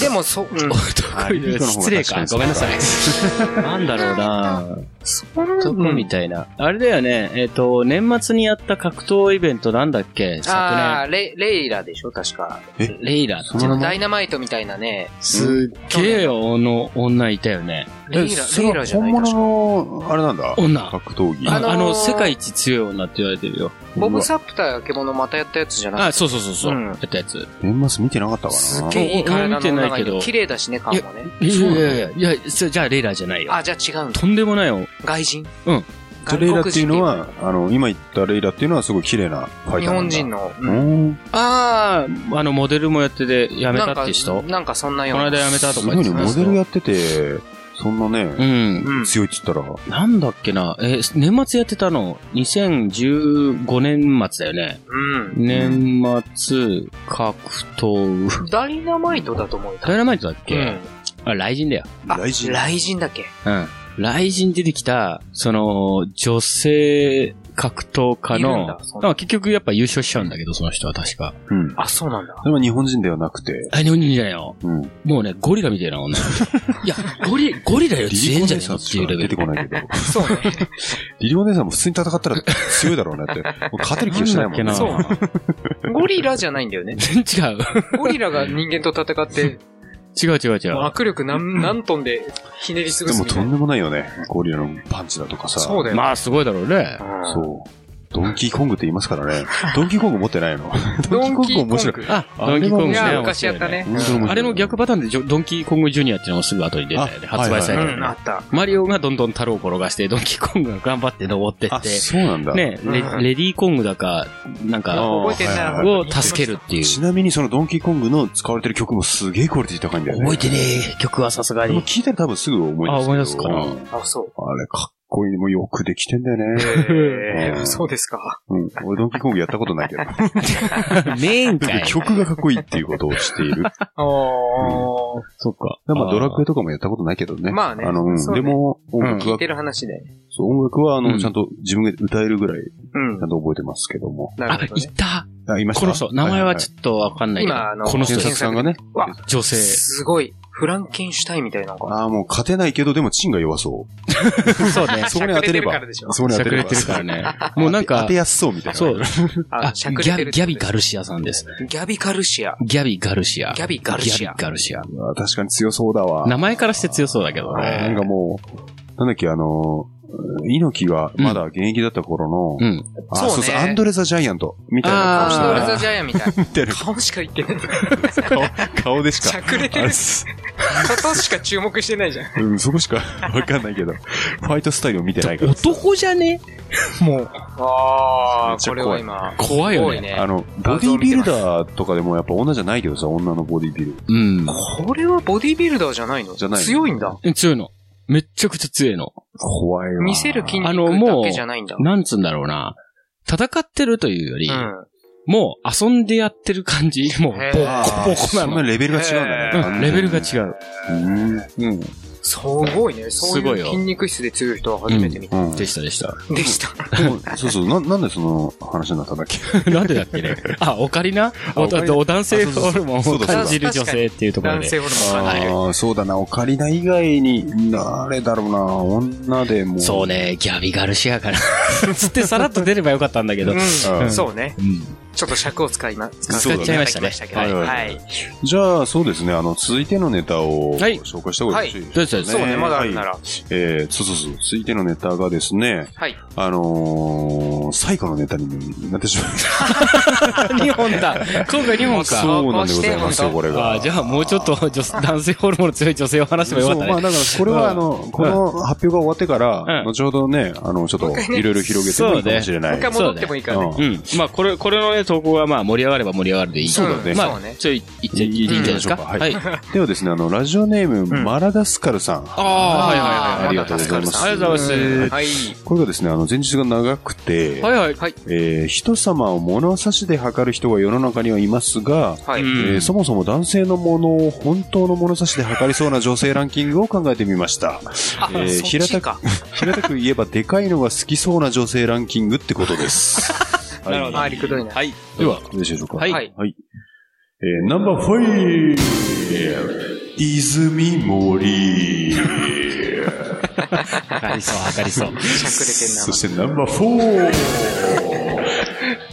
[SPEAKER 3] でも、そ、うん
[SPEAKER 4] 男
[SPEAKER 2] リリコの方が
[SPEAKER 4] 失礼か。ごめんなさい。 なんだろうな男みたいな。あれだよね、えっと、年末にやった格闘イベントなんだっけ昨
[SPEAKER 3] ああ、
[SPEAKER 4] 年。
[SPEAKER 3] レレイラでしょ確か。
[SPEAKER 4] レイラっ
[SPEAKER 2] そ
[SPEAKER 4] て
[SPEAKER 2] の名前
[SPEAKER 3] ダイナマイトみたいなね。
[SPEAKER 4] すっげえ、あの、女いたよね。
[SPEAKER 3] レ
[SPEAKER 2] え
[SPEAKER 3] イラ、
[SPEAKER 2] それ
[SPEAKER 3] レイ
[SPEAKER 2] は
[SPEAKER 3] ラじゃな
[SPEAKER 2] 本
[SPEAKER 3] い確
[SPEAKER 2] 物の、
[SPEAKER 3] か
[SPEAKER 2] あれなんだ。
[SPEAKER 4] 女。
[SPEAKER 2] 格闘技。
[SPEAKER 4] あ
[SPEAKER 3] あのー
[SPEAKER 4] あの、世界一強い女って言われてるよ。
[SPEAKER 3] ボブ・サップ対あけぼのまたやったやつじゃな
[SPEAKER 4] あ、
[SPEAKER 3] い
[SPEAKER 4] そうそうそうそう。
[SPEAKER 3] うん
[SPEAKER 4] やったやつ。
[SPEAKER 2] 年末見てなかったか
[SPEAKER 3] す
[SPEAKER 2] な。
[SPEAKER 3] げえいい体の女がい
[SPEAKER 4] 見てないけど
[SPEAKER 3] る。綺麗だしね、顔もね。
[SPEAKER 4] いやいやいやいや、いや、そじゃあレイラじゃないよ。
[SPEAKER 3] あ、じゃあ違うんだ。
[SPEAKER 4] とんでもないよ。
[SPEAKER 3] 外人
[SPEAKER 4] うん。
[SPEAKER 2] じゃあレイラっていうのは、あの、今言ったレイラっていうのはすごい綺麗なファイ
[SPEAKER 3] 日
[SPEAKER 2] ターな
[SPEAKER 3] 本
[SPEAKER 2] んだ。
[SPEAKER 3] 人の。う
[SPEAKER 2] うんん。
[SPEAKER 4] ああ、あの、モデルもやってて、辞め
[SPEAKER 3] な
[SPEAKER 4] た
[SPEAKER 3] んか
[SPEAKER 4] って人こ
[SPEAKER 3] なんかそんなよう
[SPEAKER 4] の
[SPEAKER 3] な。
[SPEAKER 4] 間辞めた
[SPEAKER 2] す
[SPEAKER 4] とか
[SPEAKER 2] ごいね、モデル
[SPEAKER 4] や
[SPEAKER 2] やってて、そんな
[SPEAKER 4] う
[SPEAKER 2] ね、
[SPEAKER 4] ん。
[SPEAKER 3] うん
[SPEAKER 2] 強いって言ったら、
[SPEAKER 4] なんだっけな、えー、年末やってたの、2015年末だよね。
[SPEAKER 3] うん。
[SPEAKER 4] 年末、格闘。
[SPEAKER 3] ダイナマイトだと思うよ。
[SPEAKER 4] ダイナマイトだっけ、
[SPEAKER 3] うん
[SPEAKER 4] あ、雷神だよ。
[SPEAKER 3] あ
[SPEAKER 2] 大事
[SPEAKER 3] 雷神だっけ
[SPEAKER 4] うん。雷神出てきた、その、女性格闘家
[SPEAKER 3] いるん
[SPEAKER 4] の
[SPEAKER 3] だ、そんな
[SPEAKER 4] まあ結局やっぱ優勝しちゃうんだけど、その人は確か。
[SPEAKER 2] うん。
[SPEAKER 3] あ、そうなんだ。
[SPEAKER 2] それは日本人ではなくて、
[SPEAKER 4] あ、日本人じゃないよ。
[SPEAKER 2] うん。
[SPEAKER 4] もうね、ゴリラみたい な女。いや、ゴリ、ゴリラより強いんじゃないのっていうレベ
[SPEAKER 2] 出て
[SPEAKER 4] ル。
[SPEAKER 2] こないけど。
[SPEAKER 3] そうね。
[SPEAKER 2] リリお姉さんも普通に戦ったら強いだろうなって。もう勝てる気がしないもん
[SPEAKER 4] な
[SPEAKER 2] ね。
[SPEAKER 4] んだっけ
[SPEAKER 3] そ
[SPEAKER 4] な
[SPEAKER 3] う。 ゴリラじゃないんだよね。
[SPEAKER 4] 全然違う。
[SPEAKER 3] ゴリラが人間と戦って、
[SPEAKER 4] 違う違う違う。
[SPEAKER 3] 握力何、何トンでひねりすぐ
[SPEAKER 2] ですも
[SPEAKER 3] みた
[SPEAKER 2] と
[SPEAKER 3] い
[SPEAKER 2] ん
[SPEAKER 3] な。
[SPEAKER 2] でもないよね。ゴリラのパンチだとかさ。
[SPEAKER 3] そうだよ。
[SPEAKER 4] まあすごいだろうね。
[SPEAKER 3] うん
[SPEAKER 2] そう。ドンキーコングって言いますからね。ドンキーコング持ってないの。
[SPEAKER 3] ドンキーコング
[SPEAKER 2] 面白い。
[SPEAKER 4] あ、ドンキーコング
[SPEAKER 3] い
[SPEAKER 4] ね
[SPEAKER 3] や、
[SPEAKER 4] 面
[SPEAKER 3] 昔
[SPEAKER 4] 白
[SPEAKER 3] や
[SPEAKER 4] い
[SPEAKER 3] ったね。
[SPEAKER 2] 面白い面白い
[SPEAKER 4] あれの逆パターンでジョドンキーコングジュニアっていうのがすぐ後に出たよね。
[SPEAKER 2] あ
[SPEAKER 4] 発売さ
[SPEAKER 3] う
[SPEAKER 4] れた
[SPEAKER 2] はい
[SPEAKER 4] よ
[SPEAKER 2] は
[SPEAKER 4] ね
[SPEAKER 2] い
[SPEAKER 3] ん、あった。
[SPEAKER 4] マリオがどんどん太郎を転がして、ドンキーコングが頑張って登ってっ
[SPEAKER 2] あ、
[SPEAKER 4] て、
[SPEAKER 2] そうなんだ。
[SPEAKER 4] ね、レ
[SPEAKER 3] うん
[SPEAKER 4] レディーコングだか、なんか、
[SPEAKER 2] あ
[SPEAKER 3] 覚えてんな。
[SPEAKER 2] はい
[SPEAKER 4] を助けるっていう。
[SPEAKER 2] ちなみにそのドンキーコングの使われてる曲もすげえクオリティ高いんだよね。
[SPEAKER 4] 覚えてねえ曲はさすが
[SPEAKER 2] でも
[SPEAKER 4] に。
[SPEAKER 2] 聞いたら多分すぐ思い出すけど。
[SPEAKER 4] あ思い出すかな
[SPEAKER 2] うん
[SPEAKER 3] あ、そう。
[SPEAKER 2] あれかっこいい、もうよくできてんだよ ね。
[SPEAKER 3] えーそうですか。
[SPEAKER 2] うん。俺、ドンキーコングやったことないけど。
[SPEAKER 4] メインか
[SPEAKER 2] で
[SPEAKER 4] い。
[SPEAKER 2] 曲がかっこいいっていうことをしている。
[SPEAKER 3] あー
[SPEAKER 2] そっか。ま
[SPEAKER 4] あ
[SPEAKER 2] あ、
[SPEAKER 4] ー
[SPEAKER 2] ドラクエとかもやったことないけどね。
[SPEAKER 3] まあね
[SPEAKER 2] あの、うん
[SPEAKER 3] そうね
[SPEAKER 2] でも、音楽
[SPEAKER 3] 聞
[SPEAKER 2] は、
[SPEAKER 3] いてる話で。
[SPEAKER 2] そう音楽は、あ
[SPEAKER 4] う
[SPEAKER 2] の、
[SPEAKER 4] ん
[SPEAKER 2] ちゃんと自分で歌えるぐらい、ち
[SPEAKER 3] うん
[SPEAKER 2] ゃ。んと覚えてますけども。
[SPEAKER 3] な
[SPEAKER 4] あ、
[SPEAKER 3] るほど
[SPEAKER 4] い
[SPEAKER 3] ね。
[SPEAKER 4] た。
[SPEAKER 2] あ、いました
[SPEAKER 4] この人。名前はち
[SPEAKER 2] ょっ
[SPEAKER 4] ょっとわかんないけど
[SPEAKER 3] 今あの。
[SPEAKER 4] この
[SPEAKER 2] と
[SPEAKER 4] 人
[SPEAKER 2] 検
[SPEAKER 4] で
[SPEAKER 2] 索
[SPEAKER 4] す。
[SPEAKER 2] さんがね。
[SPEAKER 3] わ、
[SPEAKER 4] 女性。
[SPEAKER 3] すごい。フランケンシュタインみたいなのが。
[SPEAKER 2] ああ、もう勝てないけど、でもチンが弱そ
[SPEAKER 4] そうね
[SPEAKER 2] う。。そこに当てれ
[SPEAKER 3] るか
[SPEAKER 2] ば
[SPEAKER 3] ら。でしょ。
[SPEAKER 2] そこに
[SPEAKER 4] しゃ
[SPEAKER 2] 当
[SPEAKER 4] く
[SPEAKER 2] て
[SPEAKER 4] れ
[SPEAKER 2] れ
[SPEAKER 4] て
[SPEAKER 2] ば
[SPEAKER 4] る。からね。もうなん
[SPEAKER 2] 当
[SPEAKER 4] か
[SPEAKER 2] て、やすそうみたいな。
[SPEAKER 4] そう。
[SPEAKER 3] あ
[SPEAKER 4] あ、
[SPEAKER 3] し
[SPEAKER 4] ギ
[SPEAKER 3] ゃくれて
[SPEAKER 4] ャ
[SPEAKER 3] るってことで
[SPEAKER 4] ビ
[SPEAKER 3] す
[SPEAKER 4] ギャビガルシアさんです。
[SPEAKER 3] ギャビカルシア。
[SPEAKER 4] ギャビガルシア。
[SPEAKER 3] ギャビガルシ
[SPEAKER 4] ギャ
[SPEAKER 3] ア
[SPEAKER 4] ビ。ガルシア。
[SPEAKER 2] うわ確かに強そうだわ。
[SPEAKER 4] 名前からして強そうだけど
[SPEAKER 2] な
[SPEAKER 4] ね
[SPEAKER 2] ん。かもう、なんだっけ、あの、猪木がまだ現役だった頃の、
[SPEAKER 4] うん。
[SPEAKER 2] あ
[SPEAKER 3] そうね
[SPEAKER 2] そうそう、アンドレ・ザ・ジャイアント、みたいな顔し
[SPEAKER 3] シ
[SPEAKER 2] て
[SPEAKER 3] ュ
[SPEAKER 2] た
[SPEAKER 3] ワ
[SPEAKER 2] な
[SPEAKER 3] ルザジャイアンみたい な。
[SPEAKER 2] てる
[SPEAKER 3] 顔しか言ってない。
[SPEAKER 2] 顔、顔でし
[SPEAKER 3] し
[SPEAKER 2] か
[SPEAKER 3] ゃ。くれて
[SPEAKER 2] あ
[SPEAKER 3] る
[SPEAKER 2] れす
[SPEAKER 3] ことしか注目してないじゃん。
[SPEAKER 2] うん、そこしかわかんないけど、ファイトスタイルを見てないから。
[SPEAKER 4] 男じゃね
[SPEAKER 3] もう。あ
[SPEAKER 2] めっ
[SPEAKER 3] ー、
[SPEAKER 2] ちゃ
[SPEAKER 3] これ
[SPEAKER 2] 怖
[SPEAKER 3] はい今。
[SPEAKER 4] 怖いよ
[SPEAKER 3] 怖い
[SPEAKER 4] ね。
[SPEAKER 3] ね
[SPEAKER 2] あ。の、ボディービルダーとかでもやっぱ女じゃないけどさ、女のボディービル。
[SPEAKER 4] うん。
[SPEAKER 3] これはボディビルダーじゃないの
[SPEAKER 2] じゃないの
[SPEAKER 3] 強いんだ。
[SPEAKER 4] 強いの。めっちゃくちゃ強いの。
[SPEAKER 2] 怖いわ。
[SPEAKER 3] 見せる筋
[SPEAKER 4] あ
[SPEAKER 3] 肉
[SPEAKER 4] のも
[SPEAKER 3] だ
[SPEAKER 4] う
[SPEAKER 3] けじゃないんだ。
[SPEAKER 4] なんつうんだろうな。戦ってるというより、
[SPEAKER 3] うん。
[SPEAKER 4] もう遊んでやってる感じ。もう、ボ
[SPEAKER 3] へー
[SPEAKER 4] ッコボコな
[SPEAKER 2] そんな
[SPEAKER 4] の。
[SPEAKER 2] レベルが違うん
[SPEAKER 3] へ
[SPEAKER 2] だ
[SPEAKER 4] う
[SPEAKER 2] ね。
[SPEAKER 4] ん、レベルが違う。
[SPEAKER 2] うん。うん。
[SPEAKER 3] すごいね。そう
[SPEAKER 4] すごい
[SPEAKER 3] い
[SPEAKER 4] よ
[SPEAKER 3] う筋肉質で強い人は初めて見た。
[SPEAKER 2] うん。
[SPEAKER 4] でしたでした。
[SPEAKER 3] でした。
[SPEAKER 2] でもそうそう、な、なんでその話になったんだっけ
[SPEAKER 4] なんでだっけね。 あ、オカリナ
[SPEAKER 2] あ
[SPEAKER 4] お
[SPEAKER 2] オカリナ
[SPEAKER 4] お男性ホルモンを
[SPEAKER 2] そうだそうだ
[SPEAKER 4] 感じる女性っていうところ
[SPEAKER 3] 男
[SPEAKER 4] で。
[SPEAKER 3] 性ホルモンがね。
[SPEAKER 2] ああ、そうだな、オカリナ以外に、なあれだろうな、女でも。
[SPEAKER 4] そう。ね、ギャビガルシアから。 つってさらっと出ればよかったんだけど。
[SPEAKER 3] う。
[SPEAKER 2] うんん
[SPEAKER 3] そうね。
[SPEAKER 4] うん
[SPEAKER 3] ちょっと尺を使いま、使わせ
[SPEAKER 2] そう
[SPEAKER 3] て
[SPEAKER 2] だ
[SPEAKER 3] い
[SPEAKER 2] ね
[SPEAKER 3] ただきましたけど。
[SPEAKER 2] はいはい
[SPEAKER 3] はい。
[SPEAKER 2] じゃあ、そうですね、あの、続いてのネタを
[SPEAKER 4] はい
[SPEAKER 2] 紹介した方がいいです
[SPEAKER 4] どうした
[SPEAKER 2] ね
[SPEAKER 3] そう ね、まだあるなら。
[SPEAKER 2] えー、そうそうそう。続いてのネタがですね、
[SPEAKER 3] はい。
[SPEAKER 2] あのー、最後のネタになってしまいました。
[SPEAKER 4] 日本だ。今回日本か。
[SPEAKER 2] そうなんでございますよ、これが。
[SPEAKER 4] あじゃあもうちょっと女男性ホルモンの強い女性を話せばよか
[SPEAKER 2] そう、
[SPEAKER 4] っ
[SPEAKER 2] ま
[SPEAKER 4] た
[SPEAKER 2] あ
[SPEAKER 4] ね。
[SPEAKER 2] だから、これ
[SPEAKER 4] うん
[SPEAKER 2] はあの、この発表が終わってから、
[SPEAKER 4] うん
[SPEAKER 2] 後ほどね、あの、ちょっと、いろいろ広げてもいいかもしれな
[SPEAKER 3] 一
[SPEAKER 2] い。
[SPEAKER 3] 回戻ってもいいからね。
[SPEAKER 2] うん
[SPEAKER 4] うん。まあ、これ、これのね、投稿はまあ、盛り上がれば盛り上がるでいいけど。
[SPEAKER 2] そうだね
[SPEAKER 4] ま
[SPEAKER 3] そう
[SPEAKER 4] あ、
[SPEAKER 3] ね
[SPEAKER 4] ちょい、いって、いいんじゃないですか。
[SPEAKER 2] いいんじゃ
[SPEAKER 4] は。
[SPEAKER 2] ないい
[SPEAKER 4] あ
[SPEAKER 2] ではですね、あの、ラジオネーム、マラダスカルさん。
[SPEAKER 4] あ、はいはいはい。
[SPEAKER 2] ありがとうございます
[SPEAKER 4] ありがとうございます
[SPEAKER 3] はい。
[SPEAKER 2] これがですね、あの、前日が長くて、
[SPEAKER 4] はいはい。
[SPEAKER 3] はい。
[SPEAKER 2] えー人様を物差しで測る人が世の中にはいますが、
[SPEAKER 3] はい。
[SPEAKER 4] うん
[SPEAKER 2] えーそもそも男性のものを本当の物差しで測りそうな女性ランキングを考えてみました。
[SPEAKER 3] あ、
[SPEAKER 2] えー
[SPEAKER 3] そっちか。
[SPEAKER 2] 平たく言え ば、でかいのが好きそうな女性ランキングってことです。はい
[SPEAKER 4] なるほど
[SPEAKER 3] 回りくどいな。
[SPEAKER 4] はい。
[SPEAKER 2] では、よろしいでしょうか。
[SPEAKER 4] はい
[SPEAKER 3] はい。
[SPEAKER 2] はい。えー、ナンバーファイ泉 森。
[SPEAKER 4] 測りそう、測りそ
[SPEAKER 3] しゃくれて
[SPEAKER 4] う。
[SPEAKER 3] んな
[SPEAKER 2] そ。してナンバーフ ォー。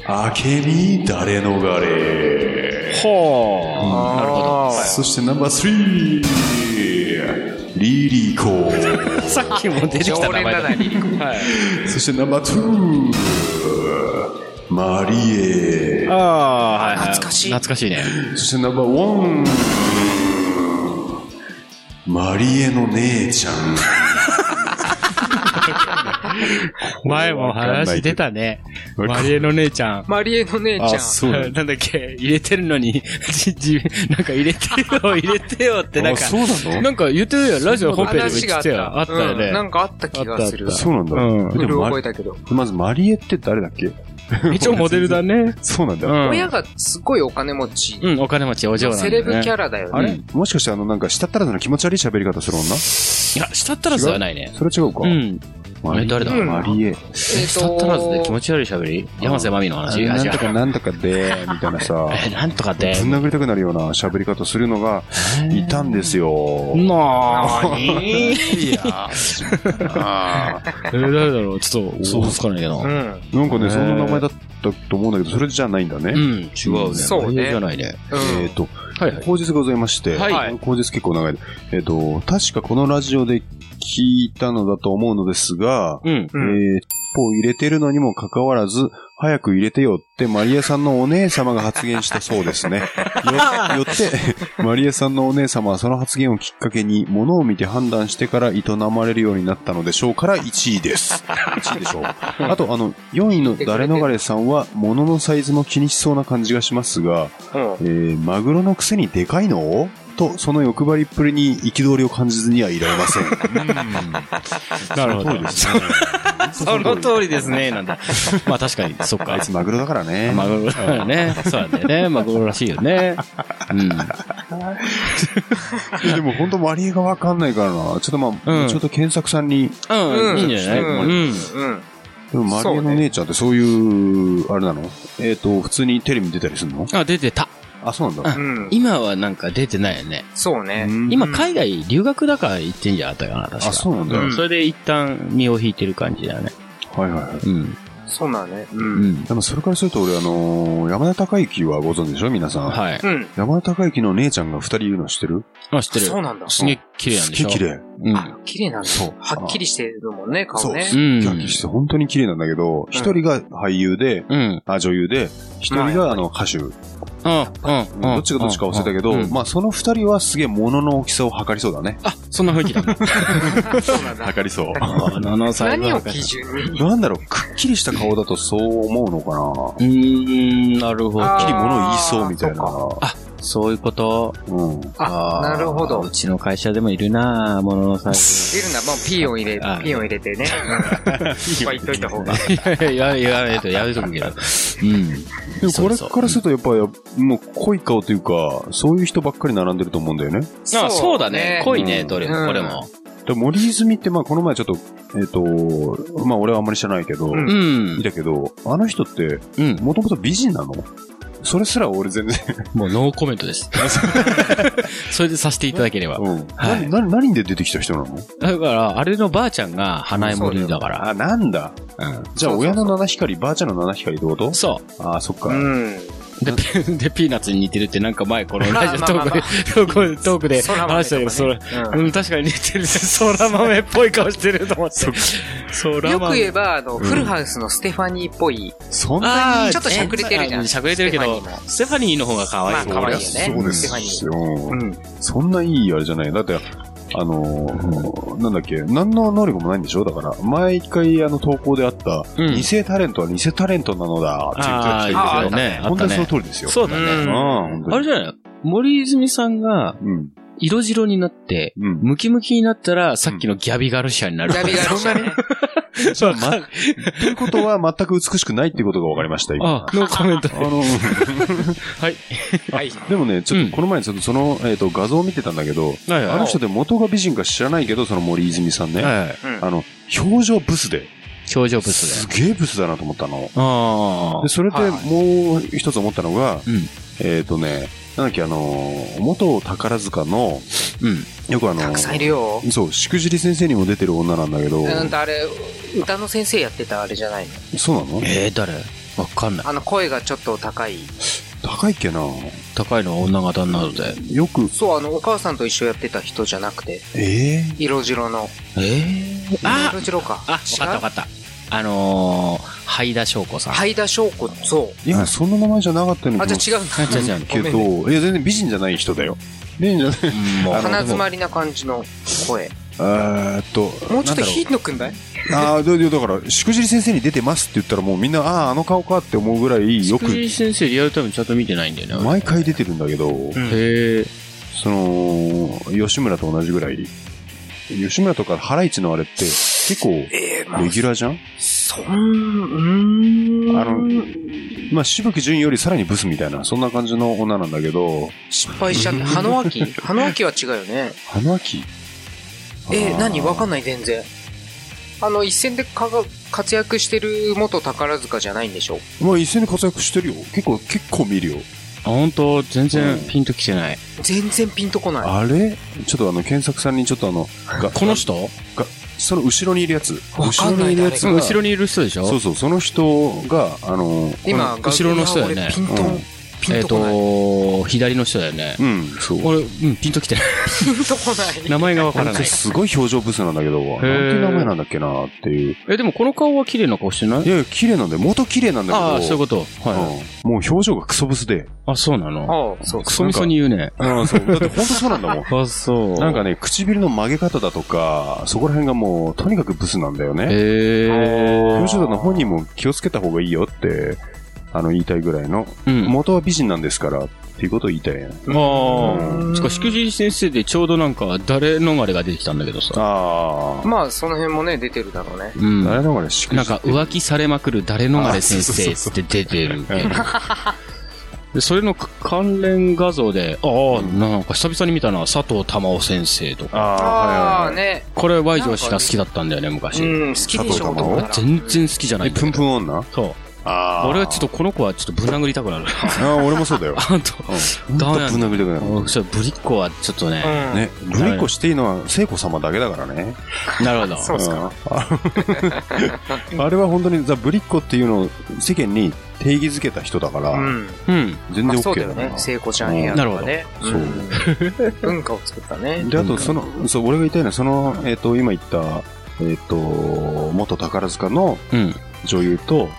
[SPEAKER 2] 明美誰のがれ。
[SPEAKER 4] ほう。
[SPEAKER 3] なるほど。
[SPEAKER 2] そしてナンバースリー。リリコ。
[SPEAKER 4] さっきも出てきた
[SPEAKER 3] 常連
[SPEAKER 4] 名前
[SPEAKER 3] だ
[SPEAKER 4] だ
[SPEAKER 3] な、。リリコ。
[SPEAKER 4] はい。
[SPEAKER 2] そしてナンバーツー。マリエ。
[SPEAKER 4] ああ、はいはい。
[SPEAKER 3] 懐かしい
[SPEAKER 4] 懐かしいね。
[SPEAKER 2] そしてナンバーワン。マリエの姉ちゃん。
[SPEAKER 4] 前も話出たね。マリエの姉ちゃん。
[SPEAKER 3] マリエの姉ちゃん。
[SPEAKER 2] そうだ
[SPEAKER 4] なんだっけ、入れてるのに、 じ、じ、なんか入れて よ、入れてよって、なん
[SPEAKER 2] あ
[SPEAKER 4] か、
[SPEAKER 2] そうなの
[SPEAKER 4] なんか言ってるよ、ラジオ本編でも言っ
[SPEAKER 3] 話
[SPEAKER 4] て
[SPEAKER 3] があったた。
[SPEAKER 4] よ。あったよ
[SPEAKER 3] うん
[SPEAKER 4] ね
[SPEAKER 3] な。んかあった気がする
[SPEAKER 4] あっ。た
[SPEAKER 2] そうなんだ。
[SPEAKER 4] うん
[SPEAKER 2] で
[SPEAKER 3] うる
[SPEAKER 2] も
[SPEAKER 3] 覚え
[SPEAKER 2] ま
[SPEAKER 3] たけど。
[SPEAKER 2] まずマリエって誰だっけ
[SPEAKER 4] 一応モデルだね。
[SPEAKER 2] そうなん
[SPEAKER 4] う
[SPEAKER 2] だ。
[SPEAKER 4] ん。
[SPEAKER 3] 親がすごいお金持ち。
[SPEAKER 4] うん、お金持ち、お嬢なんだ
[SPEAKER 3] セ
[SPEAKER 4] よ
[SPEAKER 3] レ
[SPEAKER 4] ね。
[SPEAKER 3] ブキャ
[SPEAKER 4] ラ。
[SPEAKER 3] ラだよ
[SPEAKER 2] あ
[SPEAKER 3] ね。
[SPEAKER 2] れ、もしかしてあの、なんか、したったらずの気持ち悪い喋り方する女
[SPEAKER 4] いや、下ったらずではないね。
[SPEAKER 2] それ違うか。
[SPEAKER 4] うん。
[SPEAKER 2] マリ
[SPEAKER 4] え誰
[SPEAKER 3] だ
[SPEAKER 2] マリエ。
[SPEAKER 3] え
[SPEAKER 4] 下ったらずで気持
[SPEAKER 3] ち
[SPEAKER 4] ち悪い喋り山瀬まみの
[SPEAKER 2] あ
[SPEAKER 4] 話。あ
[SPEAKER 2] なん
[SPEAKER 4] 違
[SPEAKER 2] とか
[SPEAKER 4] う
[SPEAKER 2] なんとかで、みたいなさ、
[SPEAKER 4] え、なんとかって。
[SPEAKER 2] ぶん殴りたくなるような喋り方するのが、いたんですよ。
[SPEAKER 4] なー にいや
[SPEAKER 2] あー
[SPEAKER 4] え、誰だろうちょっと、想像つかないけど
[SPEAKER 3] う。ん。
[SPEAKER 2] なんか
[SPEAKER 4] へ
[SPEAKER 2] ね、
[SPEAKER 4] ー
[SPEAKER 2] そんな名前だったと思うんだけど、それじゃないんだ
[SPEAKER 4] う
[SPEAKER 2] ね。
[SPEAKER 4] ん、違うね。
[SPEAKER 3] そうね
[SPEAKER 4] マリエじゃないね。
[SPEAKER 3] うん
[SPEAKER 2] えっと、
[SPEAKER 4] はいはい。
[SPEAKER 2] 口実がございまして、
[SPEAKER 4] はい
[SPEAKER 2] 口実結構長い。えっと、確かこのラジオで聞いたのだと思うのですが、
[SPEAKER 4] うん。
[SPEAKER 2] え
[SPEAKER 3] うん
[SPEAKER 2] ーチップを入れてるのにもかかわらず、早く入れてよってマリエさんのお姉様が発言したそうですね。 よよって、マリエさんのお姉様はその発言をきっかけに、物を見て判断してから営まれるようになったのでしょうから1位です。1位でしょ う。あと、あの、4位の誰逃れさんは、物のサイズも気にしそうな感じがしますが、
[SPEAKER 3] うん
[SPEAKER 2] えーマグロのくせにでかいのと、その欲張りっぷりに憤りを感じずにはいられませ ん。
[SPEAKER 4] なるほど。その
[SPEAKER 2] り。
[SPEAKER 4] 通りですね、なんだ。 まあ確かに、そっか。
[SPEAKER 2] あいつマグロだからね。
[SPEAKER 4] マグロだよね。そうなんだよね。マグロらしいよね。うん。
[SPEAKER 2] えでも本当マリエがわかんないからな。ちょっとまあ、
[SPEAKER 4] うん
[SPEAKER 2] ちょっと検索さんに。
[SPEAKER 4] うん、いいんじゃない、
[SPEAKER 3] うん
[SPEAKER 4] うん、
[SPEAKER 3] うん。
[SPEAKER 2] でもマリエの姉ちゃんってそういう、あれなのえっと、普通にテレビ出たりするの
[SPEAKER 4] あ、出てた。
[SPEAKER 2] あ、そうなんだ。
[SPEAKER 3] うん。
[SPEAKER 4] 今はなんか出てないよね。
[SPEAKER 3] そうね。
[SPEAKER 2] うん
[SPEAKER 4] 今、海外留学だから行ってんじゃなかったかな、確か。
[SPEAKER 2] あ、そうなんだ。
[SPEAKER 3] う
[SPEAKER 2] は
[SPEAKER 4] ん
[SPEAKER 2] い
[SPEAKER 4] それで一旦身を引いてる感じだよね。
[SPEAKER 2] はいはい。
[SPEAKER 4] うん。
[SPEAKER 3] そうなのね。う。
[SPEAKER 4] うんん。
[SPEAKER 2] でもそれからすると俺、あのー、山田孝之はご存知でしょ皆さん。
[SPEAKER 4] はい。
[SPEAKER 3] うん。
[SPEAKER 2] 山田孝之の姉ちゃんが二人いるの知ってる
[SPEAKER 4] あ、知ってる。
[SPEAKER 3] そうなんだ。
[SPEAKER 4] すげえ綺麗なんでしょ
[SPEAKER 2] すっげえ
[SPEAKER 4] うん。
[SPEAKER 3] あ、綺麗なんだ。
[SPEAKER 2] そう
[SPEAKER 3] はっきりしてるもんね、顔ね
[SPEAKER 2] そ。
[SPEAKER 4] う
[SPEAKER 2] 綺
[SPEAKER 4] ん
[SPEAKER 2] 麗。キャッキャして本当に綺麗なんだけど、一人が俳優で、
[SPEAKER 4] うん。
[SPEAKER 2] あ、女優で、一人があの歌手。
[SPEAKER 4] うん。うん。
[SPEAKER 2] どっちがどっちか忘れたけど、
[SPEAKER 4] うん
[SPEAKER 2] まあその二人はすげえ物の大きさを測りそうだね。
[SPEAKER 4] あ、そんな雰囲気だ。
[SPEAKER 3] そうなんだ。
[SPEAKER 2] 測りそう。
[SPEAKER 4] 7歳
[SPEAKER 3] 何を基準に。
[SPEAKER 2] なんだろう、くっきりした顔だとそう思うのかな。
[SPEAKER 4] うーん、なるほど。
[SPEAKER 3] あ
[SPEAKER 2] くっきり物を言いそうみたいな。
[SPEAKER 4] そういうこと。
[SPEAKER 2] うん。
[SPEAKER 3] あ、なるほど
[SPEAKER 4] う。ちの会社でもいるなぁ、ものの さ。
[SPEAKER 3] 出るな、まあ、ピーを入れ
[SPEAKER 4] あ、
[SPEAKER 3] ピーを入れ てね。いっぱい言っといた方が。
[SPEAKER 4] やめ、やめと、やめとくけど。うん。
[SPEAKER 2] でもこれ
[SPEAKER 4] そうそう
[SPEAKER 2] からするとやっぱり、もう濃い顔というか、そういう人ばっかり並んでると思うんだよね。
[SPEAKER 4] あ、そうだね。濃いね、
[SPEAKER 2] うん
[SPEAKER 4] どれも、これも。
[SPEAKER 2] で森泉って、まあこの前ちょっと、えっ、と、まあ俺はあんまり知らないけど、
[SPEAKER 3] うん
[SPEAKER 4] う
[SPEAKER 2] 見
[SPEAKER 4] ん。
[SPEAKER 2] たけど、あの人って、
[SPEAKER 4] うん。
[SPEAKER 2] もともと美人なのそれすら俺全然、
[SPEAKER 4] もうノーコメントです。 それでさせていただければ。
[SPEAKER 2] うん。
[SPEAKER 4] はい
[SPEAKER 2] な、な、何で出てきた人なの
[SPEAKER 4] だから、あれのばあちゃんが花江森だから。
[SPEAKER 2] あ、なんだ。
[SPEAKER 4] うん。
[SPEAKER 2] じゃあ、親の七光、ばあちゃんの七光ってこと
[SPEAKER 4] そ
[SPEAKER 2] ああ、そっか。
[SPEAKER 3] うん。
[SPEAKER 4] う。 で、ピでピーナッツに似てるってなんか前このラジオト
[SPEAKER 3] まあまあまあまあ
[SPEAKER 4] ークで、トークで、トークで
[SPEAKER 3] 空豆とかね
[SPEAKER 4] 話したけど、それ、うん、確かに似てる。空豆っぽい顔してると思って。
[SPEAKER 3] うん
[SPEAKER 4] 空
[SPEAKER 3] よく
[SPEAKER 4] 豆。
[SPEAKER 3] 言えば、あの、フルハウスのステファニーっぽい。
[SPEAKER 2] そんな、
[SPEAKER 4] あー
[SPEAKER 3] ちょっとしゃくれてるじゃん
[SPEAKER 4] えしゃくれてるけ
[SPEAKER 3] ス
[SPEAKER 4] ど
[SPEAKER 3] テファニー、も
[SPEAKER 4] ステファニーの方が可愛い。
[SPEAKER 3] まあ可愛いよね
[SPEAKER 2] そうで
[SPEAKER 3] ステファニ
[SPEAKER 2] す
[SPEAKER 3] ー
[SPEAKER 2] よ。
[SPEAKER 3] うん。
[SPEAKER 2] そんないいあれじゃない。だって、あのーなんだっけ、何の能力もないんでしょだから、毎回あの投稿であった、
[SPEAKER 4] うん
[SPEAKER 2] 偽タレントは偽タレントなのだって言
[SPEAKER 4] あ
[SPEAKER 2] って
[SPEAKER 4] あ、
[SPEAKER 2] た人
[SPEAKER 4] いい
[SPEAKER 2] いるけど、
[SPEAKER 4] ね。あっ
[SPEAKER 2] 本当に
[SPEAKER 4] た
[SPEAKER 2] その
[SPEAKER 4] ね。
[SPEAKER 2] 通りですよ。
[SPEAKER 4] そうだね。
[SPEAKER 2] うん
[SPEAKER 3] ん
[SPEAKER 2] 本当に
[SPEAKER 4] あれじゃない森泉さんが
[SPEAKER 2] うん。
[SPEAKER 4] 色白になって、
[SPEAKER 2] うん。
[SPEAKER 4] ムキムキになったら、さっきのギャビガルシアになる。
[SPEAKER 3] ダビガルシャね。
[SPEAKER 4] そうま
[SPEAKER 2] ということは、全く美しくないっていうことが分かりました、今。
[SPEAKER 4] あ、ノーコメント。
[SPEAKER 2] あの、
[SPEAKER 4] はい。
[SPEAKER 3] はい。
[SPEAKER 2] でもね、ちょっ
[SPEAKER 4] うん
[SPEAKER 2] とこの前、ちょっとその、えっ、と、画像を見てたんだけど、
[SPEAKER 4] はい
[SPEAKER 2] あ
[SPEAKER 4] は
[SPEAKER 2] の人で元が美人か知らないけど、その森泉さん
[SPEAKER 4] い。
[SPEAKER 2] ね。
[SPEAKER 4] はい。
[SPEAKER 3] うん
[SPEAKER 2] あの、表情ブスで、
[SPEAKER 4] 表情ブス
[SPEAKER 2] す
[SPEAKER 4] で。
[SPEAKER 2] げえブスだなと思ったの。
[SPEAKER 4] あ
[SPEAKER 2] で、それで
[SPEAKER 3] はい
[SPEAKER 2] もう一つ思ったのが、
[SPEAKER 4] うん
[SPEAKER 2] えっ、とね、なんだっけ、あのー、元宝塚の、
[SPEAKER 4] あ。うん。
[SPEAKER 2] よくあのー
[SPEAKER 3] たくさんいるよ。
[SPEAKER 2] そう、しくじり先生にも出てる女なんだけど、
[SPEAKER 3] うんとあれ、歌の先生やってたあれじゃないの
[SPEAKER 2] そうなの
[SPEAKER 4] えー、誰わかんない。
[SPEAKER 3] あの、声がちょっと高い。
[SPEAKER 2] 高いっけな
[SPEAKER 4] 高いのは女型なので。
[SPEAKER 2] よく、
[SPEAKER 3] そう、あの、お母さんと一緒やってた人じゃなくて、
[SPEAKER 2] え
[SPEAKER 3] 色白の。
[SPEAKER 4] えー。あ
[SPEAKER 3] 色白か。
[SPEAKER 4] あ、わかったわかった。あのー、ハイダ翔子さん。い。
[SPEAKER 3] 灰田翔子、そ
[SPEAKER 2] ー、
[SPEAKER 3] う。
[SPEAKER 2] いや、そんな名前じゃなかったような
[SPEAKER 3] あ、
[SPEAKER 2] 気も
[SPEAKER 3] じゃあ違う
[SPEAKER 4] あ、じゃじゃん。
[SPEAKER 2] けど、いや、全然美人じゃない人だよ。美人じゃ ない。
[SPEAKER 4] もう
[SPEAKER 2] あの
[SPEAKER 3] 鼻詰まりな感じの声。
[SPEAKER 2] えーっと、
[SPEAKER 3] もうちょ
[SPEAKER 2] なんだ
[SPEAKER 3] っと
[SPEAKER 2] ろう
[SPEAKER 3] ヒントくんだい
[SPEAKER 2] ああ、ででだから、しくじり先生に出てますって言ったら、もうみんな、ああ、あの顔かって思うぐらい、よく
[SPEAKER 4] 福、井先生リアルタイムちゃんと見てないんだよね。
[SPEAKER 2] 毎回出てるんだけど、
[SPEAKER 4] へえ。
[SPEAKER 2] その、吉村と同じぐらい、吉村とかハライチのあれって、結構、レ
[SPEAKER 3] ええ、
[SPEAKER 2] ギュラーじゃん
[SPEAKER 3] そん、うーん。
[SPEAKER 2] あのまあ、しぶき順よりさらにブスみたいな、そんな感じの女なんだけど、
[SPEAKER 3] 失敗しちゃ った。ハノアキハノアキは違うよね。
[SPEAKER 2] 花木
[SPEAKER 3] えー、何わか
[SPEAKER 2] ん
[SPEAKER 3] んない、全然。あの、一戦でかが活躍してる元宝塚じゃないんでしょ
[SPEAKER 2] まあ、一斉に活躍してるよ。結構、結構見るよ。
[SPEAKER 4] あ、本当全然
[SPEAKER 2] うん
[SPEAKER 4] ピンときてない。
[SPEAKER 3] 全然ピンとこない。
[SPEAKER 2] あれちょっとあの、検索さんにちょっとあの、が
[SPEAKER 4] この人
[SPEAKER 2] その後ろにいるやつ。
[SPEAKER 3] わか
[SPEAKER 2] 後
[SPEAKER 3] ん
[SPEAKER 2] ろ
[SPEAKER 3] ない
[SPEAKER 2] にいるやつ
[SPEAKER 4] そ
[SPEAKER 2] が
[SPEAKER 4] の後ろにいる人でしょ
[SPEAKER 2] そうそう、その人が、あの、
[SPEAKER 3] 今、
[SPEAKER 4] この後ろの人だよね
[SPEAKER 3] 画像が
[SPEAKER 2] う
[SPEAKER 3] 俺
[SPEAKER 2] ん
[SPEAKER 3] ピンと、ピ
[SPEAKER 4] え
[SPEAKER 3] ン
[SPEAKER 4] っ
[SPEAKER 3] とこない。
[SPEAKER 4] と、左の人だよね。
[SPEAKER 2] うん、そう。
[SPEAKER 4] 俺、うん、ピンときてない。
[SPEAKER 3] ピンとこない。
[SPEAKER 4] 名前が わからない。
[SPEAKER 2] すごい表情ブスなんだけど、なんていう名前なんだっけなっていう。
[SPEAKER 4] え、でもこの顔は綺麗な顔してない
[SPEAKER 2] いやいや、綺麗なんだよ。元綺麗なんだけど。
[SPEAKER 4] ああ、そういうこと。は
[SPEAKER 2] うんもう表情がクソブスで。
[SPEAKER 4] い。あ、そうなの。
[SPEAKER 3] ああ、そう。
[SPEAKER 4] クソみそに言うね。
[SPEAKER 2] ああ、そう。だって本当そうなんだもん。
[SPEAKER 4] あ、そう。
[SPEAKER 2] なんかね、唇の曲げ方だとか、そこら辺がもう、とにかくブスなんだよね。
[SPEAKER 4] へえ。
[SPEAKER 2] 表情だの本人も気をつけた方がいいよって、あの、言いたいぐらいの、
[SPEAKER 4] うん。
[SPEAKER 2] 元は美人なんですからってっていうことを言いたいな。
[SPEAKER 4] ああ。つか、しくじり先生でちょうどなんか、誰逃れが出てきたんだけどさ。
[SPEAKER 2] ああ。
[SPEAKER 3] まあ、その辺もね、出てるだろうね。
[SPEAKER 4] うん。
[SPEAKER 2] 誰
[SPEAKER 4] なん
[SPEAKER 2] のがね、しくじ
[SPEAKER 4] か、浮気されまくる誰逃れ先生っつって出て る。で、それの関連画像で、ああ、なんか久々に見たな、佐藤珠緒先生とか。
[SPEAKER 2] ああ、はいはいはい。
[SPEAKER 3] ね。
[SPEAKER 4] これ、ワイ女子が好きだったんだよね、昔。
[SPEAKER 3] うん、好きでし
[SPEAKER 2] 佐藤
[SPEAKER 3] ょ、
[SPEAKER 2] 珠緒
[SPEAKER 3] 男なら
[SPEAKER 4] 全然好きじゃな
[SPEAKER 2] え、
[SPEAKER 4] いんだ
[SPEAKER 2] プン
[SPEAKER 4] けど。
[SPEAKER 2] プン女
[SPEAKER 4] そう。
[SPEAKER 2] ああ。
[SPEAKER 4] 俺はちょっとこの子はちょっとぶん殴りた くなる。
[SPEAKER 2] ああ、俺もそうだよ。
[SPEAKER 4] あんた、
[SPEAKER 2] うん
[SPEAKER 4] ダメ
[SPEAKER 2] ほ
[SPEAKER 4] なん
[SPEAKER 2] とぶん殴り
[SPEAKER 4] んだ
[SPEAKER 2] たくなる。
[SPEAKER 4] 俺ちょっとぶりっ子はちょっとね。
[SPEAKER 3] うん。
[SPEAKER 2] ね、ぶりっこしていいのは聖子様だけだからね。
[SPEAKER 4] なるほど。
[SPEAKER 3] そうっすか。
[SPEAKER 2] うん ああれは本当にザ・ぶりっ子っていうのを世間に定義づけた人だから、
[SPEAKER 3] うん。
[SPEAKER 4] うん。
[SPEAKER 2] 全
[SPEAKER 3] ま
[SPEAKER 2] 然
[SPEAKER 3] あ、そう
[SPEAKER 2] OK だ
[SPEAKER 3] だよ
[SPEAKER 2] から
[SPEAKER 3] ね。聖子ちゃん部屋
[SPEAKER 4] な
[SPEAKER 3] と
[SPEAKER 4] るほ
[SPEAKER 3] か
[SPEAKER 4] ど
[SPEAKER 3] ね。
[SPEAKER 2] そう
[SPEAKER 3] うん 文化を作ったね。
[SPEAKER 2] で、あと、その、そう、俺が言いたいのは、その、えっ、と、今言った、えっ、と、元宝塚の
[SPEAKER 4] うん。
[SPEAKER 2] 女優 と、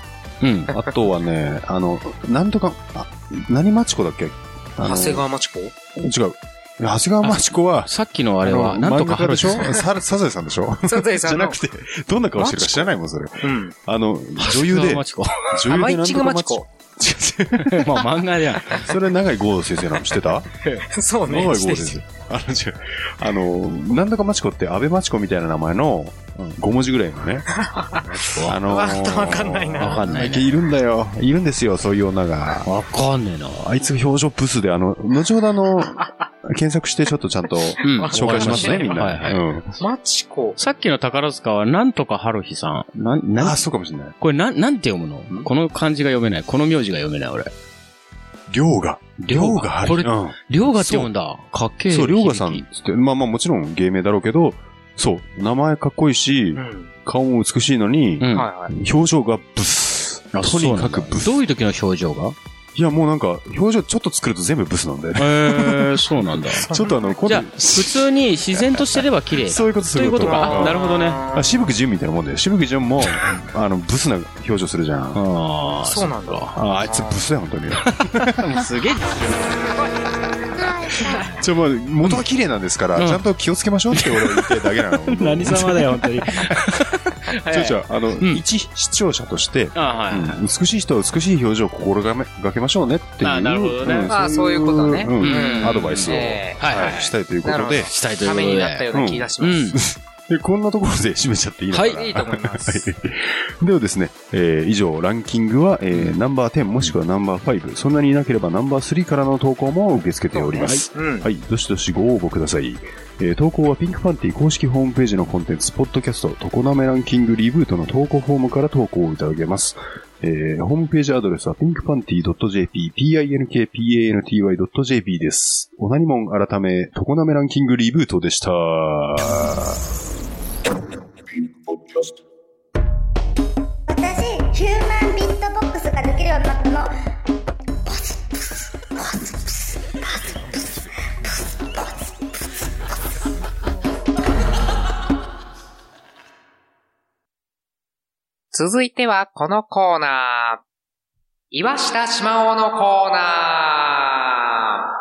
[SPEAKER 4] うん。
[SPEAKER 2] あとはね、あの、なんとか、あ、何町子だっけ あの
[SPEAKER 3] 長谷川町子
[SPEAKER 2] 違う。長谷川町子は、
[SPEAKER 4] さっきのあれは、
[SPEAKER 2] の
[SPEAKER 4] なんとか
[SPEAKER 2] 漫画家
[SPEAKER 4] 春
[SPEAKER 2] でしょ
[SPEAKER 4] 樹さ
[SPEAKER 2] サ
[SPEAKER 4] ん
[SPEAKER 2] サザエさんでしょ
[SPEAKER 3] サザエ
[SPEAKER 2] じ
[SPEAKER 3] さ
[SPEAKER 2] ゃ
[SPEAKER 3] んの。
[SPEAKER 2] なくて、どんな顔してるか知らないもん、それ。
[SPEAKER 3] うん。
[SPEAKER 2] あの、女優で、
[SPEAKER 4] マチコ。
[SPEAKER 2] 女
[SPEAKER 3] あ、
[SPEAKER 2] 優
[SPEAKER 3] マ
[SPEAKER 2] で
[SPEAKER 3] イ
[SPEAKER 2] なん
[SPEAKER 3] チ
[SPEAKER 2] と
[SPEAKER 3] ング
[SPEAKER 2] か
[SPEAKER 3] 町
[SPEAKER 2] 町子
[SPEAKER 3] 子。
[SPEAKER 2] 違う違う
[SPEAKER 4] まあ漫画じゃん。
[SPEAKER 2] それ長井豪先生なの知ってた
[SPEAKER 3] そう
[SPEAKER 2] 長井
[SPEAKER 3] ね。
[SPEAKER 2] 豪
[SPEAKER 3] して
[SPEAKER 2] 先
[SPEAKER 3] るして
[SPEAKER 2] 生
[SPEAKER 3] る。
[SPEAKER 2] あの、違う。あの、なんとか町子って安倍町子みたいな名前の5文字ぐらいのね。あの
[SPEAKER 3] わわかんないな
[SPEAKER 4] わかんないね
[SPEAKER 2] いるんだよ。いるんですよ、そういう女が。
[SPEAKER 4] わかんねえな。
[SPEAKER 2] あいつ表情ブスで、あの、後ほどあの、検索してちょっとちゃんと
[SPEAKER 4] うん。
[SPEAKER 2] 紹介しますね、みんな。
[SPEAKER 4] はいはい
[SPEAKER 2] うん
[SPEAKER 3] 町子。
[SPEAKER 4] さっきの宝塚は、なんとか春樹さん。なん、な
[SPEAKER 2] あ、
[SPEAKER 4] ん、
[SPEAKER 2] そうかもしれない。
[SPEAKER 4] これなん、なんて読むのこの漢字が読めない。この名字が読めない、俺。
[SPEAKER 2] 涼が。涼がある。
[SPEAKER 4] これ、
[SPEAKER 2] うん
[SPEAKER 4] 涼がって読むんだ。かっけえ。
[SPEAKER 2] そう、涼がさん
[SPEAKER 4] 響
[SPEAKER 2] っつって、まあまあもちろん芸名だろうけど、そう、名前かっこいいし
[SPEAKER 3] う、ん。
[SPEAKER 2] 顔も美しいのに
[SPEAKER 4] き。う、ん。あ
[SPEAKER 3] はいはい。
[SPEAKER 2] 表情がブス。と
[SPEAKER 4] そう
[SPEAKER 2] に
[SPEAKER 4] なん
[SPEAKER 2] か
[SPEAKER 4] だ
[SPEAKER 2] くブス。
[SPEAKER 4] どういう時の表情 が
[SPEAKER 2] いや、もうなんか、表情ちょっと作ると全部ブスなんだよね。
[SPEAKER 4] ええ、そうなんだ。
[SPEAKER 2] ちょっとあの、今
[SPEAKER 4] じ
[SPEAKER 2] 度
[SPEAKER 4] ゃあ、普通に自然としてれば綺麗だ。
[SPEAKER 2] そういうこと、そういうこと。
[SPEAKER 4] ということかあなるほどね
[SPEAKER 3] あー
[SPEAKER 2] あ、渋く純みたいなもんで、渋く純も、あの、ブスな表情するじゃん。
[SPEAKER 4] ああ。
[SPEAKER 3] そうなんだ。
[SPEAKER 2] ああいつブスだよ、本当に。
[SPEAKER 4] すげえ。
[SPEAKER 2] ちょ、まあ、元は綺麗なんですから、
[SPEAKER 4] うん
[SPEAKER 2] ちゃんと気をつけましょうって俺は言ってるだけなの。
[SPEAKER 4] 何様だよ、本当に。
[SPEAKER 2] ちょちょ、あの、
[SPEAKER 4] ん
[SPEAKER 2] 一視聴者として、
[SPEAKER 4] ああ、はい。
[SPEAKER 2] うん美しい人は美しい表情を心がめがけましょうねっていう。
[SPEAKER 4] あなるほどね
[SPEAKER 3] まあ、そういうことね。
[SPEAKER 2] うん
[SPEAKER 4] うん
[SPEAKER 2] アドバイスを、
[SPEAKER 3] え
[SPEAKER 4] はいはい
[SPEAKER 2] はいしたいというこ
[SPEAKER 3] なる
[SPEAKER 2] と
[SPEAKER 3] ほど
[SPEAKER 2] で、
[SPEAKER 4] したいと
[SPEAKER 3] え
[SPEAKER 4] いう
[SPEAKER 3] た
[SPEAKER 4] こと
[SPEAKER 3] め
[SPEAKER 4] で。
[SPEAKER 3] になったような気がします。
[SPEAKER 2] でこんなところで締めちゃっていいのかな
[SPEAKER 4] はい
[SPEAKER 3] いいと思います。
[SPEAKER 2] はいではですね、えー以上、ランキングは、えーナンバー10もしくはナンバー5、そんなにいなければナンバー3からの投稿も受け付けております。
[SPEAKER 3] うん。
[SPEAKER 2] はい、どしどしご応募ください。えー投稿はピンクパンティ公式ホームページのコンテンツ、ポッドキャスト、トコナメランキングリブートの投稿フォームから投稿をいただけます。えーホームページアドレスは pinkpanty.jp、pinkpanty.jp です。おなにもん改め、トコナメランキングリブートでした。
[SPEAKER 5] 私ヒューマンビットボックスができるようになったの
[SPEAKER 3] 続いてはこのコーナー。岩下島尾のコーナー。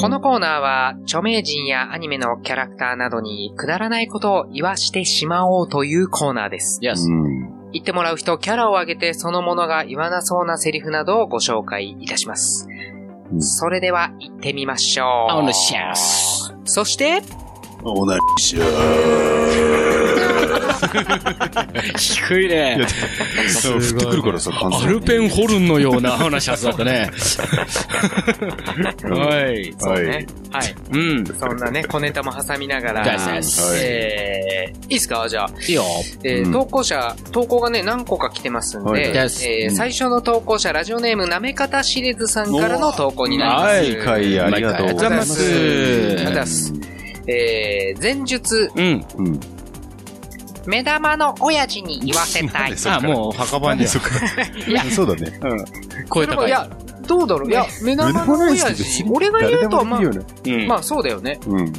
[SPEAKER 3] このコーナーは、著名人やアニメのキャラクターなどにくだらないことを言わしてしまおうというコーナーです。
[SPEAKER 4] イエス。
[SPEAKER 2] うん。
[SPEAKER 3] 言ってもらう人、キャラを挙げてそのものが言わなそうなセリフなどをご紹介いたします。
[SPEAKER 2] うん
[SPEAKER 3] それでは、行ってみましょう。
[SPEAKER 4] お願いします
[SPEAKER 3] そして、
[SPEAKER 2] おなにしよ
[SPEAKER 4] 低いね。
[SPEAKER 2] う。振ってくるからさ、感
[SPEAKER 4] アルペンホルンのような話し合わせだった ね。はい。
[SPEAKER 3] そう
[SPEAKER 2] は
[SPEAKER 3] ね
[SPEAKER 2] い。
[SPEAKER 3] はい。
[SPEAKER 4] うん。
[SPEAKER 3] そんなね、小ネタも挟みながら。
[SPEAKER 4] 大事です
[SPEAKER 3] えー、いいですかじゃあ、
[SPEAKER 4] いいよ。
[SPEAKER 3] えー
[SPEAKER 2] うん
[SPEAKER 3] 投稿者、投稿がね、何個か来てますんで、
[SPEAKER 2] はい
[SPEAKER 3] え
[SPEAKER 4] です
[SPEAKER 3] ー最初の投稿者、ラジオネーム、なめかたしれずさんからの投稿になります。
[SPEAKER 2] はい、会ありがとうございます。
[SPEAKER 3] 毎回ありがとうございま
[SPEAKER 2] う
[SPEAKER 3] す
[SPEAKER 2] ん
[SPEAKER 3] えー、前述、
[SPEAKER 4] うん。
[SPEAKER 2] うん。
[SPEAKER 3] 目玉の親父に言わせた
[SPEAKER 2] なん
[SPEAKER 3] い
[SPEAKER 2] で。そ
[SPEAKER 4] あ、もう、墓 場に
[SPEAKER 2] そっか。そうだね。
[SPEAKER 4] 声
[SPEAKER 3] でも
[SPEAKER 4] 高
[SPEAKER 3] い
[SPEAKER 4] い。
[SPEAKER 3] や、どうだろういや、目玉の親父、俺が言うとはまあ、
[SPEAKER 2] ね。
[SPEAKER 4] うん
[SPEAKER 3] まあそうだよね。
[SPEAKER 2] うん。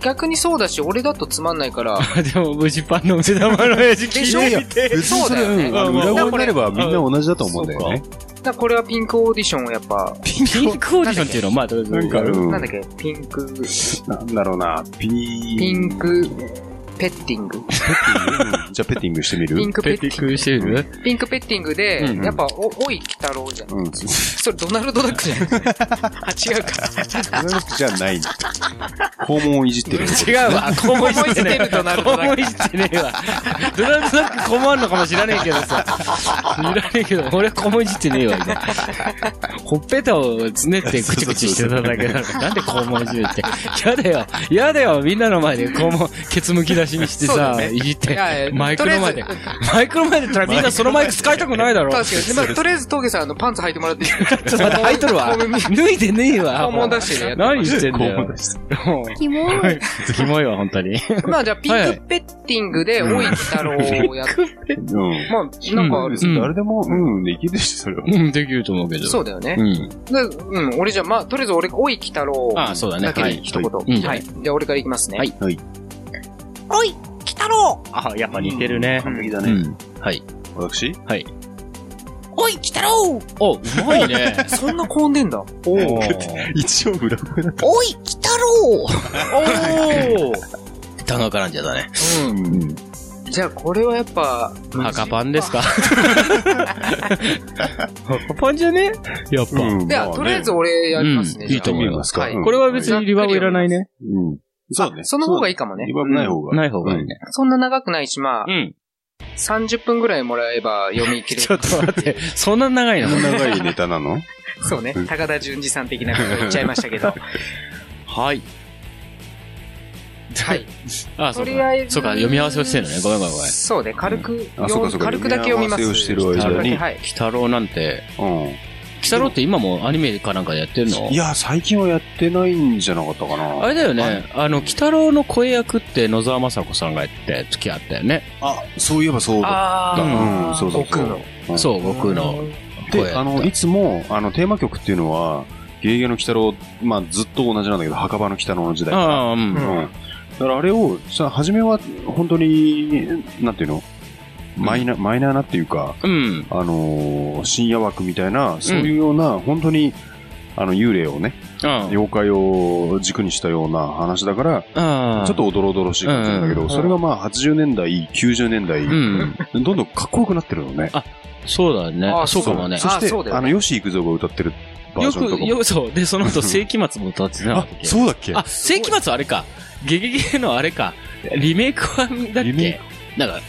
[SPEAKER 3] 逆にそうだし、俺だとつまんないから、
[SPEAKER 4] あ、でも、無事パンの目玉の親父聞
[SPEAKER 3] でしょ
[SPEAKER 4] いてみて。
[SPEAKER 2] 別にそれ、
[SPEAKER 3] そうだよ
[SPEAKER 2] うん
[SPEAKER 3] ね
[SPEAKER 2] あの
[SPEAKER 4] まあ
[SPEAKER 2] 裏側になればみんな同じだと思うんだよね。
[SPEAKER 3] だからこれはピンクオーディションをやっぱ、
[SPEAKER 4] ピンクオーディションっていうのは、まあ、とりあえず。
[SPEAKER 2] なんか、うん
[SPEAKER 3] なんだっけ、ピンク、
[SPEAKER 2] なんだろうな、ピー
[SPEAKER 3] ピンク、ペッティング。
[SPEAKER 2] じゃあペッティングしてみる
[SPEAKER 3] ピンクペッティング。
[SPEAKER 4] クしてる
[SPEAKER 3] ピンクペッティングで、
[SPEAKER 2] うんうん
[SPEAKER 3] やっぱ、お、おい、鬼太郎じゃん。
[SPEAKER 2] うん。
[SPEAKER 3] それドナルドダックじゃん。 あ、違うか。
[SPEAKER 2] じゃない。肛門をいじってる。
[SPEAKER 4] 違う わ。小
[SPEAKER 3] 思
[SPEAKER 4] 物
[SPEAKER 3] い捨てるドナルドダ
[SPEAKER 4] 思
[SPEAKER 3] ッ
[SPEAKER 4] いしてねえわ。ドナルドダック困るのかもしらねえけどさ。知らねえけど、俺は小物いじってねえわ、今。ほっぺたをつねってくちくちしてただけなのになんで肛門いじるって。やだよ、やだよ、みんなの前で肛門、ケツむき出しにして
[SPEAKER 3] そうだ
[SPEAKER 4] さ、
[SPEAKER 3] ね
[SPEAKER 4] いじっ
[SPEAKER 3] ク。い
[SPEAKER 4] て。
[SPEAKER 3] や
[SPEAKER 4] マイクの前で
[SPEAKER 3] とりあえず。
[SPEAKER 4] マイクの前でったらみんなそのマイク使いたくないだろ。
[SPEAKER 3] 確かに。まあ、とりあえず、峠さん、あの、パンツ履いてもらっていい ですか
[SPEAKER 4] ちょっと待って、履いとるわ。脱いでねえわ。
[SPEAKER 3] 肛門出してるやつ
[SPEAKER 4] 何してんだよ。
[SPEAKER 5] キモい。
[SPEAKER 4] キモいわ、本当に。
[SPEAKER 3] まあ、じゃあ、ピンクペッティングで、おい、鬼太郎をやって。
[SPEAKER 2] うん。
[SPEAKER 3] まあ、なんか、
[SPEAKER 4] うん
[SPEAKER 2] 誰でも、うん、できるし、それは。
[SPEAKER 4] うん、できると思うけど。
[SPEAKER 3] そうだよね
[SPEAKER 4] う。ん。
[SPEAKER 3] でうん、俺じゃあ、まあ、とりあえず俺、おい、鬼太郎
[SPEAKER 4] ああ、そうだね。
[SPEAKER 3] だけ
[SPEAKER 4] は
[SPEAKER 3] で
[SPEAKER 4] い。
[SPEAKER 3] 一言。
[SPEAKER 2] は
[SPEAKER 4] うん
[SPEAKER 3] はい。じゃあ、俺からいきますね。
[SPEAKER 4] はい
[SPEAKER 2] はい。
[SPEAKER 3] おい、鬼太郎
[SPEAKER 4] あやっぱ似てるね。
[SPEAKER 2] 完璧だ
[SPEAKER 4] う
[SPEAKER 2] ね。
[SPEAKER 4] ん。はい。
[SPEAKER 2] 私
[SPEAKER 3] おい、鬼太郎
[SPEAKER 4] お、うまいね。
[SPEAKER 3] そんな高音出んだ。
[SPEAKER 4] お
[SPEAKER 2] お一応裏声だっ
[SPEAKER 3] おい、鬼太郎
[SPEAKER 4] お歌が絡んじゃったね。
[SPEAKER 2] た。うん。
[SPEAKER 3] じゃあ、これはやっぱ、
[SPEAKER 4] 赤パンですか赤パンじゃねやっぱ。
[SPEAKER 2] うん。
[SPEAKER 3] では、とりあえず俺やりますね。
[SPEAKER 4] うんいいと思います
[SPEAKER 2] か
[SPEAKER 3] はい
[SPEAKER 2] うん
[SPEAKER 4] これは別にリバーブいらないね。
[SPEAKER 2] うん。そうね。
[SPEAKER 3] その方がい
[SPEAKER 2] い。
[SPEAKER 3] いかもね
[SPEAKER 2] リ。バーブない方が。
[SPEAKER 4] ない方がいいね。
[SPEAKER 3] そんな長くないし、まあ、
[SPEAKER 4] ん。
[SPEAKER 3] 30分ぐらいもらえば読み切れ
[SPEAKER 4] ちょ
[SPEAKER 3] る
[SPEAKER 4] っ。と待って、そんな長いの
[SPEAKER 2] 長いネタなの
[SPEAKER 3] そうね
[SPEAKER 2] うん。
[SPEAKER 3] 高田純次さん的なこと言っちゃいましたけど。
[SPEAKER 4] はい。
[SPEAKER 3] はい。
[SPEAKER 4] あ、そ
[SPEAKER 3] と
[SPEAKER 4] う
[SPEAKER 3] り
[SPEAKER 4] か。
[SPEAKER 3] あえず。
[SPEAKER 4] そうか、読み合わせをしてるのね。ごめんごめんごめん。
[SPEAKER 3] そうね、軽く
[SPEAKER 2] うんあそうかそ
[SPEAKER 3] 読み、
[SPEAKER 2] うか
[SPEAKER 3] 軽くだけ読みます。
[SPEAKER 2] 読み合わせをしてる間に
[SPEAKER 3] はい。
[SPEAKER 4] 鬼太郎なんて、
[SPEAKER 2] う
[SPEAKER 4] 鬼太郎って今もアニメかなんかでやってる
[SPEAKER 2] ん。
[SPEAKER 4] の
[SPEAKER 2] いや、最近はやってないんじゃなかったか
[SPEAKER 4] あ
[SPEAKER 2] な。
[SPEAKER 4] れだよね、あの、鬼太郎の声役って野沢雅子さんがやって付き合ったよね。
[SPEAKER 2] あ、そういえばそうだ。
[SPEAKER 3] あ
[SPEAKER 2] う
[SPEAKER 3] あ、
[SPEAKER 2] んそうそうそう
[SPEAKER 3] 悟空の。
[SPEAKER 2] うん
[SPEAKER 4] そう、悟空の声
[SPEAKER 2] で、あの、いつも、あの、テーマ曲っていうのは、ゲゲゲの鬼太郎、まあ、ずっと同じなんだけど、墓場の鬼太郎の時代から。
[SPEAKER 4] ああ、うん。
[SPEAKER 3] うん
[SPEAKER 2] うん。だからあれを、さ、初めは、本当に、なんていうのマイナー、マイナーなっていうか、
[SPEAKER 4] うん。
[SPEAKER 2] あのー深夜枠みたいな、そういうような、本当に、あの、幽霊をね、
[SPEAKER 4] うん。
[SPEAKER 2] 妖怪を軸にしたような話だから、
[SPEAKER 4] ああ
[SPEAKER 2] ちょっ、とおどろおどろしい感じなんだけ
[SPEAKER 4] う
[SPEAKER 2] ど、
[SPEAKER 4] ん
[SPEAKER 2] それがまあ、80年代、90年代、
[SPEAKER 4] うん。
[SPEAKER 2] どんどんかっこよくなってるのね。
[SPEAKER 4] そうだね。
[SPEAKER 3] あ
[SPEAKER 4] そうかもね。
[SPEAKER 2] そし
[SPEAKER 3] あそう
[SPEAKER 2] て、
[SPEAKER 3] だよね
[SPEAKER 2] あの、吉幾三が歌ってるバー
[SPEAKER 4] よ
[SPEAKER 2] ジョンとか
[SPEAKER 4] く、
[SPEAKER 2] も
[SPEAKER 4] よく、そう。で、その後、世紀末も歌ってな
[SPEAKER 2] あ
[SPEAKER 4] かったっ、け
[SPEAKER 2] そうだっけ
[SPEAKER 4] あ、世紀末あれか。ゲゲゲのあれか。リメイク版だっ
[SPEAKER 2] リメイ
[SPEAKER 4] けなんか、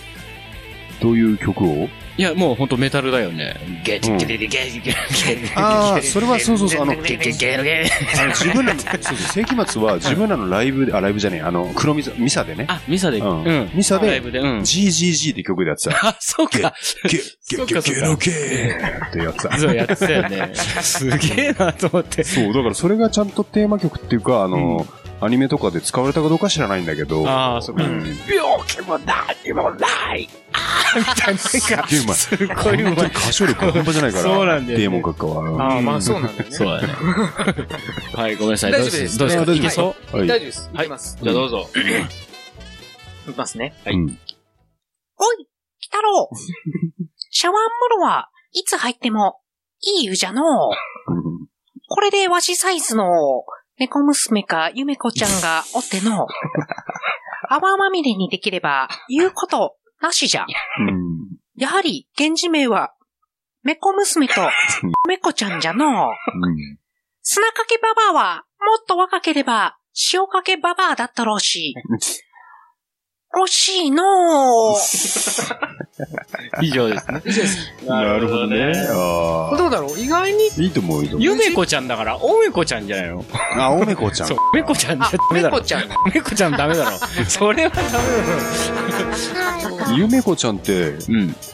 [SPEAKER 2] どういう曲 を
[SPEAKER 4] いや、もうほんとメタルだよね。ゲ
[SPEAKER 2] う
[SPEAKER 4] チ
[SPEAKER 2] ん
[SPEAKER 4] ゲリゲチゲリゲリゲ
[SPEAKER 2] ああ、それはそうそうそう、あの、
[SPEAKER 4] リゲゲゲリゲリ
[SPEAKER 2] あの自分らの、そうそう、世紀末は自分らのライブで、あ、ライブじゃねえ、あの、黒ミサ、ミサでね、
[SPEAKER 4] あ、ミサで、
[SPEAKER 2] う
[SPEAKER 4] うんん。
[SPEAKER 2] ミサで
[SPEAKER 4] ライブで、うん。
[SPEAKER 2] GGG って曲でやってた。
[SPEAKER 4] あ、そうか。
[SPEAKER 2] ゲ、
[SPEAKER 4] そ
[SPEAKER 2] ゲ、
[SPEAKER 4] う
[SPEAKER 2] ゲ、
[SPEAKER 4] か
[SPEAKER 2] ゲロゲーってやってた。
[SPEAKER 4] そうやってたよね。すげえなと思って。
[SPEAKER 2] そう、だからそれがちゃんとテーマ曲っていうか、あの、アニメとかで使われたかどうか知らないんだけど、
[SPEAKER 4] ああ、そうか。
[SPEAKER 2] うん
[SPEAKER 4] 病気も何もないああみたいな、なんか、
[SPEAKER 2] げえうまい
[SPEAKER 4] すご
[SPEAKER 2] 本
[SPEAKER 4] いうま
[SPEAKER 2] 当に
[SPEAKER 4] い。
[SPEAKER 2] 歌唱力が半端じゃないから、
[SPEAKER 4] そうなんだよね
[SPEAKER 2] デーモン閣下は。
[SPEAKER 3] ああ、まあそうなんだよね。
[SPEAKER 4] そうだね。はい、ごめんなさい。
[SPEAKER 3] 大丈夫です
[SPEAKER 4] どうです
[SPEAKER 2] あ大
[SPEAKER 4] か
[SPEAKER 2] 丈夫
[SPEAKER 4] いけそう
[SPEAKER 2] は
[SPEAKER 3] 大
[SPEAKER 2] い。
[SPEAKER 3] 丈夫です。いきます。
[SPEAKER 4] じゃあどうぞ。
[SPEAKER 3] いきますね。
[SPEAKER 4] はい
[SPEAKER 2] うん
[SPEAKER 6] おい、来たろう。シャワンもろはいつ入ってもいい湯じゃのう。
[SPEAKER 2] うん
[SPEAKER 6] これでわしサイズの猫娘かゆめこちゃんがおってのう。泡まみれにできれば言うことなしじゃ。
[SPEAKER 2] うん
[SPEAKER 6] やはり源氏名は猫娘とめこちゃんじゃのう。
[SPEAKER 2] うん
[SPEAKER 6] 砂かけババアはもっと若ければ塩かけババアだったろうし。惜しいのう。
[SPEAKER 4] 以上ですね。
[SPEAKER 2] なるほどね。ああ
[SPEAKER 3] どうだろう意外に、
[SPEAKER 2] いいと思う、いいと思う。
[SPEAKER 4] ゆめこちゃんだから、おめこちゃんじゃないの
[SPEAKER 2] あ、おめこちゃん。
[SPEAKER 4] そう、めこちゃんじゃ
[SPEAKER 3] あ
[SPEAKER 4] ダ、メだ
[SPEAKER 3] 猫
[SPEAKER 4] ろ。
[SPEAKER 3] ちゃん。
[SPEAKER 4] めこちゃんダメだろ。 それはダメ
[SPEAKER 2] ゆめこちゃんって、
[SPEAKER 4] だ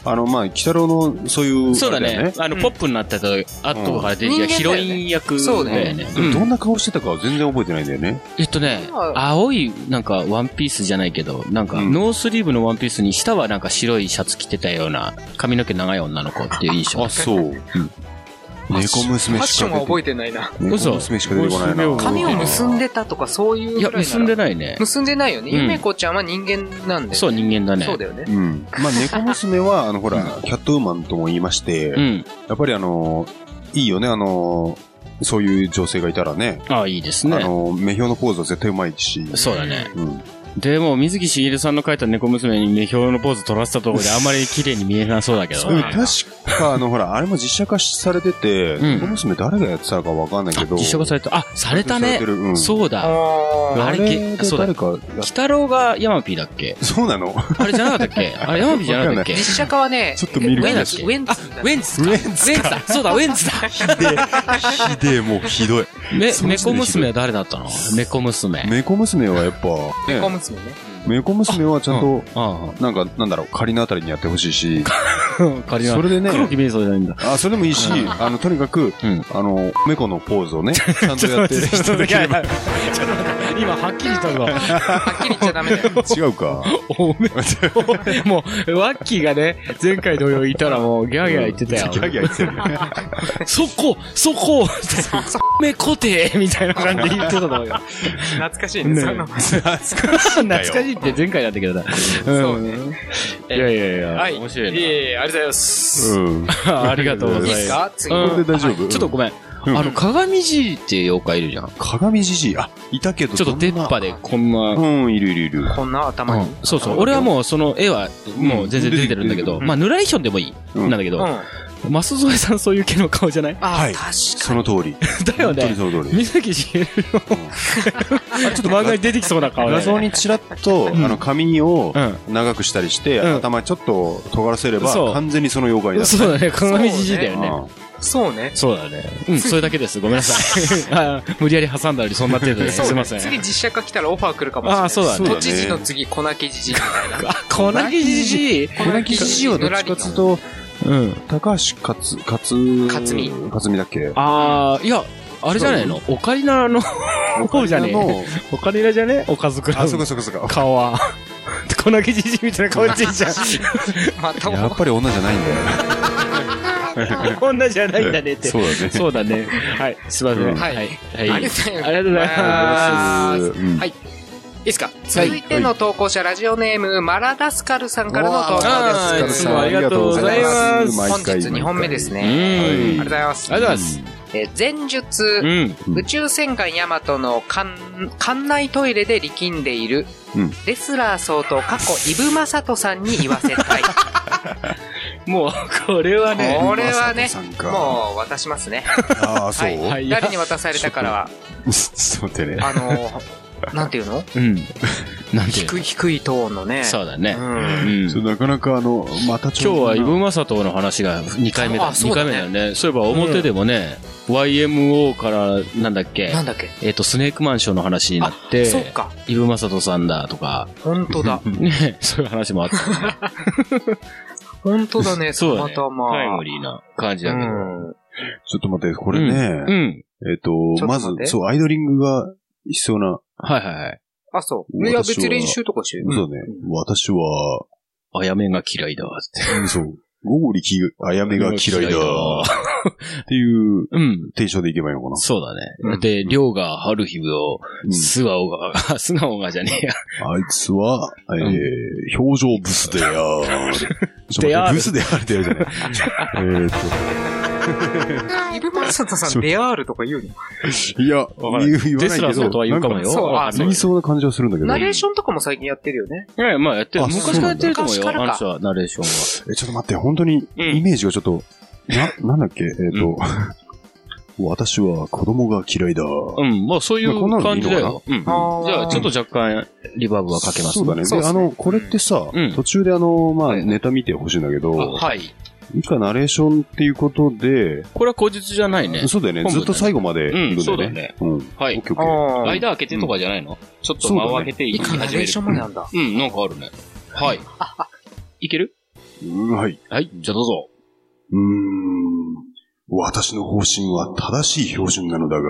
[SPEAKER 2] あの、まあ、鬼太郎の、そういう、
[SPEAKER 4] うん。そうだ
[SPEAKER 2] あれよ
[SPEAKER 4] ね。あの、
[SPEAKER 3] うん
[SPEAKER 4] ポップになったと、あとから出てき
[SPEAKER 3] う
[SPEAKER 4] た
[SPEAKER 3] ん
[SPEAKER 4] ヒロイン役だよ
[SPEAKER 3] 人間だよ
[SPEAKER 4] ね。
[SPEAKER 2] ど
[SPEAKER 4] うん
[SPEAKER 2] んな顔してたかは全然覚えてないんだよね。
[SPEAKER 4] えっとね、青い、なんか、ワンピースじゃないけど、なんか、
[SPEAKER 2] うん
[SPEAKER 4] ノースリーブのワンピースに、下はなんか白いシャツ着てたような、髪の毛長い女の子っていう印象。
[SPEAKER 2] そう。猫
[SPEAKER 3] ファ
[SPEAKER 2] 娘
[SPEAKER 3] ッ
[SPEAKER 2] し
[SPEAKER 3] ショ
[SPEAKER 2] か
[SPEAKER 3] ンは
[SPEAKER 2] 出て
[SPEAKER 3] 覚えてないな。
[SPEAKER 2] 猫娘しか出てこない
[SPEAKER 4] 嘘
[SPEAKER 2] な。
[SPEAKER 3] 髪を結んでたとかそういう
[SPEAKER 4] い
[SPEAKER 3] ぐらいな
[SPEAKER 4] や、
[SPEAKER 3] ら。
[SPEAKER 4] 結んでないね。
[SPEAKER 3] 結んでないよね。
[SPEAKER 4] うん
[SPEAKER 3] ゆめこちゃんは人間なんで。
[SPEAKER 4] そう、人間だね。
[SPEAKER 3] そうだよね。
[SPEAKER 2] うん。まあ、猫娘は、あの、ほら、キャットウーマンとも言いまして、
[SPEAKER 4] うん。
[SPEAKER 2] やっぱりあの、いいよね、あの、そういう女性がいたらね、
[SPEAKER 4] ああ、いいです
[SPEAKER 2] あ
[SPEAKER 4] ね。
[SPEAKER 2] の、目標のポーズは絶対うまいし、
[SPEAKER 4] そうだね。
[SPEAKER 2] うん。
[SPEAKER 4] でも、水木しげるさんの描いた猫娘に目標のポーズ取らせたところであんまり綺麗に見えなそうだけど
[SPEAKER 2] うん
[SPEAKER 4] ね。
[SPEAKER 2] 確か、あの、ほら、あれも実写化されてて、
[SPEAKER 4] うん
[SPEAKER 2] この娘誰がやってたのかわかんないけど。
[SPEAKER 4] 実写化された。あ、された
[SPEAKER 2] され
[SPEAKER 4] ね
[SPEAKER 2] て。るうん
[SPEAKER 4] そうだ。
[SPEAKER 2] あ
[SPEAKER 4] あ
[SPEAKER 2] れ
[SPEAKER 4] れ
[SPEAKER 2] で
[SPEAKER 4] そうだ
[SPEAKER 2] 誰かやっ、
[SPEAKER 4] 鬼太郎がヤマピーだっけ
[SPEAKER 2] そうなの
[SPEAKER 4] あれじゃなかったっけあれヤマピーじゃなかったっけ
[SPEAKER 3] 実写化はね、
[SPEAKER 2] ちょっと見る
[SPEAKER 3] ウ
[SPEAKER 2] 気
[SPEAKER 3] ェン
[SPEAKER 2] が
[SPEAKER 4] し
[SPEAKER 3] ツ、
[SPEAKER 4] て
[SPEAKER 3] ウェンツ。
[SPEAKER 4] ウェンツか。ウェンツだ。そうだ、ウェンツだ。
[SPEAKER 2] ひでえ、もうひどい。
[SPEAKER 4] め、
[SPEAKER 2] その時
[SPEAKER 4] 猫
[SPEAKER 2] の
[SPEAKER 4] 娘は誰だったの猫娘。
[SPEAKER 2] 猫娘はやっぱ、ね
[SPEAKER 3] 猫娘ね。
[SPEAKER 2] 猫娘はちゃんと、
[SPEAKER 4] あ
[SPEAKER 2] なんか、なんだろう、仮のあたりにやってほしいし、
[SPEAKER 4] あ。仮な
[SPEAKER 2] それでね、
[SPEAKER 4] 黒木メイソじゃないんだ。
[SPEAKER 2] あ、それでもいいし、あの、とにかく、
[SPEAKER 4] うん
[SPEAKER 2] あの、猫のポー ズをね、ちゃんとやってる人できれば。
[SPEAKER 4] 今、はっきり言ったぞ。
[SPEAKER 3] はっきり言っちゃダメだよ。
[SPEAKER 2] 違うか。
[SPEAKER 4] おめもう、ワッキーがね、前回同様いたらもう、ギャーギャー言ってたよ。
[SPEAKER 2] ギャギャ言ってるね。
[SPEAKER 4] そこそこめこてみたいな感じで言ってたと思うよ。
[SPEAKER 3] 懐かしいね、その。
[SPEAKER 4] 懐かしいって前回だったけどな。
[SPEAKER 3] そう
[SPEAKER 4] ね。い
[SPEAKER 3] え
[SPEAKER 4] やいやいや、
[SPEAKER 3] はい。
[SPEAKER 4] 面白
[SPEAKER 3] いえ
[SPEAKER 4] い
[SPEAKER 3] いえ、ありがとうございます。
[SPEAKER 2] うん。
[SPEAKER 4] な。ありがとうご
[SPEAKER 2] うん
[SPEAKER 4] ざ
[SPEAKER 3] い
[SPEAKER 4] い
[SPEAKER 3] い
[SPEAKER 4] ま
[SPEAKER 3] っ
[SPEAKER 4] す
[SPEAKER 3] す。か次。
[SPEAKER 4] うん
[SPEAKER 2] これで大丈夫
[SPEAKER 4] ちょっとごめん。
[SPEAKER 2] うん
[SPEAKER 4] あの、鏡じいって妖怪いるじゃん。
[SPEAKER 2] 鏡じじい。あ、いたけど、
[SPEAKER 4] ちょっと出っ歯でこんな。
[SPEAKER 2] うん、いるいるいる。
[SPEAKER 3] こんな頭に。
[SPEAKER 4] そうそう。俺はもうその絵はもう全然出てるんだけ
[SPEAKER 2] う
[SPEAKER 4] ど、
[SPEAKER 2] ん
[SPEAKER 4] まあ、ヌラリヒョンでもいい。
[SPEAKER 2] うん
[SPEAKER 4] なんだけ
[SPEAKER 3] うん。
[SPEAKER 4] ど、
[SPEAKER 3] あ
[SPEAKER 4] マスゾエさんそういう系の顔じゃない
[SPEAKER 2] は
[SPEAKER 3] あ
[SPEAKER 2] い、
[SPEAKER 3] 確
[SPEAKER 2] そ
[SPEAKER 3] かに。
[SPEAKER 2] の通り。
[SPEAKER 4] だよ
[SPEAKER 2] 本当に
[SPEAKER 4] ね。
[SPEAKER 2] その通り。
[SPEAKER 4] 水木しげるの。ちょっと漫画に出てきそうな顔だ
[SPEAKER 2] 画像
[SPEAKER 4] よね。
[SPEAKER 2] にちらっと、あ
[SPEAKER 4] うん
[SPEAKER 2] の、髪を
[SPEAKER 4] うん
[SPEAKER 2] 長くしたりして、
[SPEAKER 4] うん
[SPEAKER 2] 頭ちょっと尖らせれば
[SPEAKER 4] そ、う
[SPEAKER 2] 完全にその妖怪だ。
[SPEAKER 4] そうだね。鏡じじいだよね。
[SPEAKER 2] うん
[SPEAKER 3] そうね。
[SPEAKER 4] そうだね。うん、それだけです。ごめんなさい。 あー無理やり挟んだのに そんな程度で。
[SPEAKER 3] そう
[SPEAKER 4] すいませ
[SPEAKER 3] 次
[SPEAKER 4] ん。
[SPEAKER 3] 実写化来たらオファー来るかもしれない。
[SPEAKER 4] あーそうだね
[SPEAKER 3] 都知事の次、小泣きじじいみたいな。
[SPEAKER 4] こなきじじい。
[SPEAKER 2] 小泣きじじいはどっちかっつうと、
[SPEAKER 4] うん。
[SPEAKER 2] 高橋勝、勝、
[SPEAKER 3] 勝美
[SPEAKER 2] 勝美だっけ
[SPEAKER 4] あー、いや、あれじゃないのオカリナの、 方じゃね
[SPEAKER 2] あ
[SPEAKER 4] え。
[SPEAKER 2] の
[SPEAKER 4] オカリナじゃねえおかずくら
[SPEAKER 2] あ、そう
[SPEAKER 4] の
[SPEAKER 2] かそうかそうか。
[SPEAKER 4] 顔は。 こなきじじいみたいな顔ついちゃう。
[SPEAKER 3] また
[SPEAKER 2] やっぱり女じゃないんだよ。
[SPEAKER 4] 女じゃないんだねって。
[SPEAKER 2] そうだね。
[SPEAKER 4] そうだね。はい。すいません。
[SPEAKER 3] はい
[SPEAKER 4] はい。は
[SPEAKER 3] あ
[SPEAKER 4] い
[SPEAKER 3] りがとうございます。
[SPEAKER 4] ありがとうござい
[SPEAKER 3] ありがとうございます。
[SPEAKER 2] うん
[SPEAKER 3] はいいいですか続いての投稿者、ラジオネーム、マラダスカルさんからの投稿
[SPEAKER 4] あー
[SPEAKER 3] で
[SPEAKER 4] いつ
[SPEAKER 3] す。
[SPEAKER 4] もありがとうございます
[SPEAKER 3] 本日2本目です。
[SPEAKER 4] う
[SPEAKER 3] ね。ありがとうご
[SPEAKER 4] ん。あり
[SPEAKER 3] ざいます。
[SPEAKER 4] がとうございます。
[SPEAKER 3] えー前述
[SPEAKER 4] う、ん。
[SPEAKER 2] うん
[SPEAKER 3] 宇宙戦艦ヤマトの艦艦内トイレで力んでいる、
[SPEAKER 2] うん
[SPEAKER 3] レスラー相当過去、イブマサトさんに言わせ たい。
[SPEAKER 4] もう、これはね。
[SPEAKER 3] これはね
[SPEAKER 2] マサトさん、か
[SPEAKER 3] もう渡しますね。
[SPEAKER 2] ああ、そう
[SPEAKER 3] はい
[SPEAKER 4] はい
[SPEAKER 3] 誰に渡されたからは、
[SPEAKER 2] ちょっと待ってね。
[SPEAKER 3] あのー、なんて いうの
[SPEAKER 4] うん。なんていうの
[SPEAKER 3] 低い、低いトーンのね。
[SPEAKER 4] そうだね
[SPEAKER 3] う。ん。
[SPEAKER 4] うん
[SPEAKER 2] ちょなかなかあの、また
[SPEAKER 4] 今日はイブ
[SPEAKER 2] 分
[SPEAKER 4] マサトの話が2回目だ。
[SPEAKER 3] あそう
[SPEAKER 4] 2
[SPEAKER 3] だね
[SPEAKER 4] 回目だよね。そういえば表でもね、YMO からなんだっけ
[SPEAKER 3] なんだっけ
[SPEAKER 4] えっと、スネークマンションの話になって、
[SPEAKER 3] そっか。
[SPEAKER 4] イブマサトさんだとか、
[SPEAKER 3] 本当だ。
[SPEAKER 4] ね、 そういう話もあった。
[SPEAKER 3] 本当だね、た
[SPEAKER 4] そうだ
[SPEAKER 3] ま
[SPEAKER 4] ね
[SPEAKER 3] たま。
[SPEAKER 4] タイムリーな感じ
[SPEAKER 3] う
[SPEAKER 4] だけど。
[SPEAKER 2] ち
[SPEAKER 3] ん。
[SPEAKER 2] ょっと待って、これね
[SPEAKER 4] う、ん。
[SPEAKER 2] えっと
[SPEAKER 3] ちょ、っと
[SPEAKER 2] ま
[SPEAKER 3] 待
[SPEAKER 2] ず
[SPEAKER 3] って、
[SPEAKER 2] そう、アイドリングが必要な、
[SPEAKER 4] はいはいはい。
[SPEAKER 3] あ、そう。
[SPEAKER 2] 私
[SPEAKER 3] いや、
[SPEAKER 2] は
[SPEAKER 3] 別に練習とかしてる。
[SPEAKER 2] そうね、私は、
[SPEAKER 4] あやめが嫌いだって。
[SPEAKER 2] そう、ゴーリキ、あやめが嫌いだ、っていう
[SPEAKER 4] うん。
[SPEAKER 2] テンションでいけばいいのかな。
[SPEAKER 4] そうだ
[SPEAKER 3] う
[SPEAKER 4] ね
[SPEAKER 3] ん。
[SPEAKER 4] で、りょうが春日を、
[SPEAKER 2] うん
[SPEAKER 4] 素顔が、 素顔がじゃねえや。
[SPEAKER 2] あいつは、えー、表情ブスでや ーる。
[SPEAKER 4] である
[SPEAKER 2] ブスでやーるってやるじゃ ない。えーと
[SPEAKER 3] イブマサトさん、レアールとか言うの
[SPEAKER 2] いや、
[SPEAKER 4] わかん
[SPEAKER 2] 言う言わない
[SPEAKER 4] デス
[SPEAKER 2] けど。
[SPEAKER 4] ラーさんとは言うかも
[SPEAKER 2] なん
[SPEAKER 4] よ。
[SPEAKER 3] そう
[SPEAKER 4] わかんない
[SPEAKER 2] 言いそうな感じはするんだけど。
[SPEAKER 3] ナレーションとかも最近やってるよね。
[SPEAKER 4] いやいや、まあやってる。
[SPEAKER 2] あ
[SPEAKER 4] 昔からやってると思う
[SPEAKER 3] そうな
[SPEAKER 4] よ。
[SPEAKER 3] んだ
[SPEAKER 4] あの人は、ナレーションは。
[SPEAKER 2] え、ちょっと待って、本当に、
[SPEAKER 4] うん
[SPEAKER 2] イメージがちょっと、な、なんだっけ、えっ、と、私は子供が嫌いだ。
[SPEAKER 4] うん、まあそうい
[SPEAKER 2] まあこんな
[SPEAKER 4] う
[SPEAKER 2] のでい
[SPEAKER 4] 感
[SPEAKER 2] いの
[SPEAKER 4] じ
[SPEAKER 2] か
[SPEAKER 4] だ
[SPEAKER 2] な
[SPEAKER 4] よ。うん。じ
[SPEAKER 3] あー
[SPEAKER 4] ゃあちょっと若干リバーブはかけます
[SPEAKER 2] そうだね。
[SPEAKER 3] そうっ
[SPEAKER 2] で、
[SPEAKER 3] す
[SPEAKER 2] あ
[SPEAKER 3] ね
[SPEAKER 2] の、これってさ、
[SPEAKER 4] うん
[SPEAKER 2] 途中であの、まあ、
[SPEAKER 4] はい
[SPEAKER 2] ネタ見てほしいんだけど、
[SPEAKER 4] はい。
[SPEAKER 2] いつかナレーションっていうことで、
[SPEAKER 4] これは口実じゃないね。
[SPEAKER 2] そうだよね。
[SPEAKER 4] 本文だ
[SPEAKER 2] ず
[SPEAKER 4] ね
[SPEAKER 2] っと最後までいるんだ
[SPEAKER 4] うんそうだ
[SPEAKER 2] よね
[SPEAKER 4] ね。
[SPEAKER 2] うん。
[SPEAKER 4] は
[SPEAKER 2] オッケーオ
[SPEAKER 4] い。
[SPEAKER 2] ッケー
[SPEAKER 3] ああ。
[SPEAKER 4] 間開けてとかじゃないのちょっと間を開けて
[SPEAKER 3] い
[SPEAKER 4] い
[SPEAKER 3] いか、ナレーションまでなんだ。
[SPEAKER 4] うん、なんかあるね。 はい。いける
[SPEAKER 2] うん、はい。
[SPEAKER 4] はい、じゃあどうぞ。
[SPEAKER 2] うーん。私の方針は正しい標準なのだが、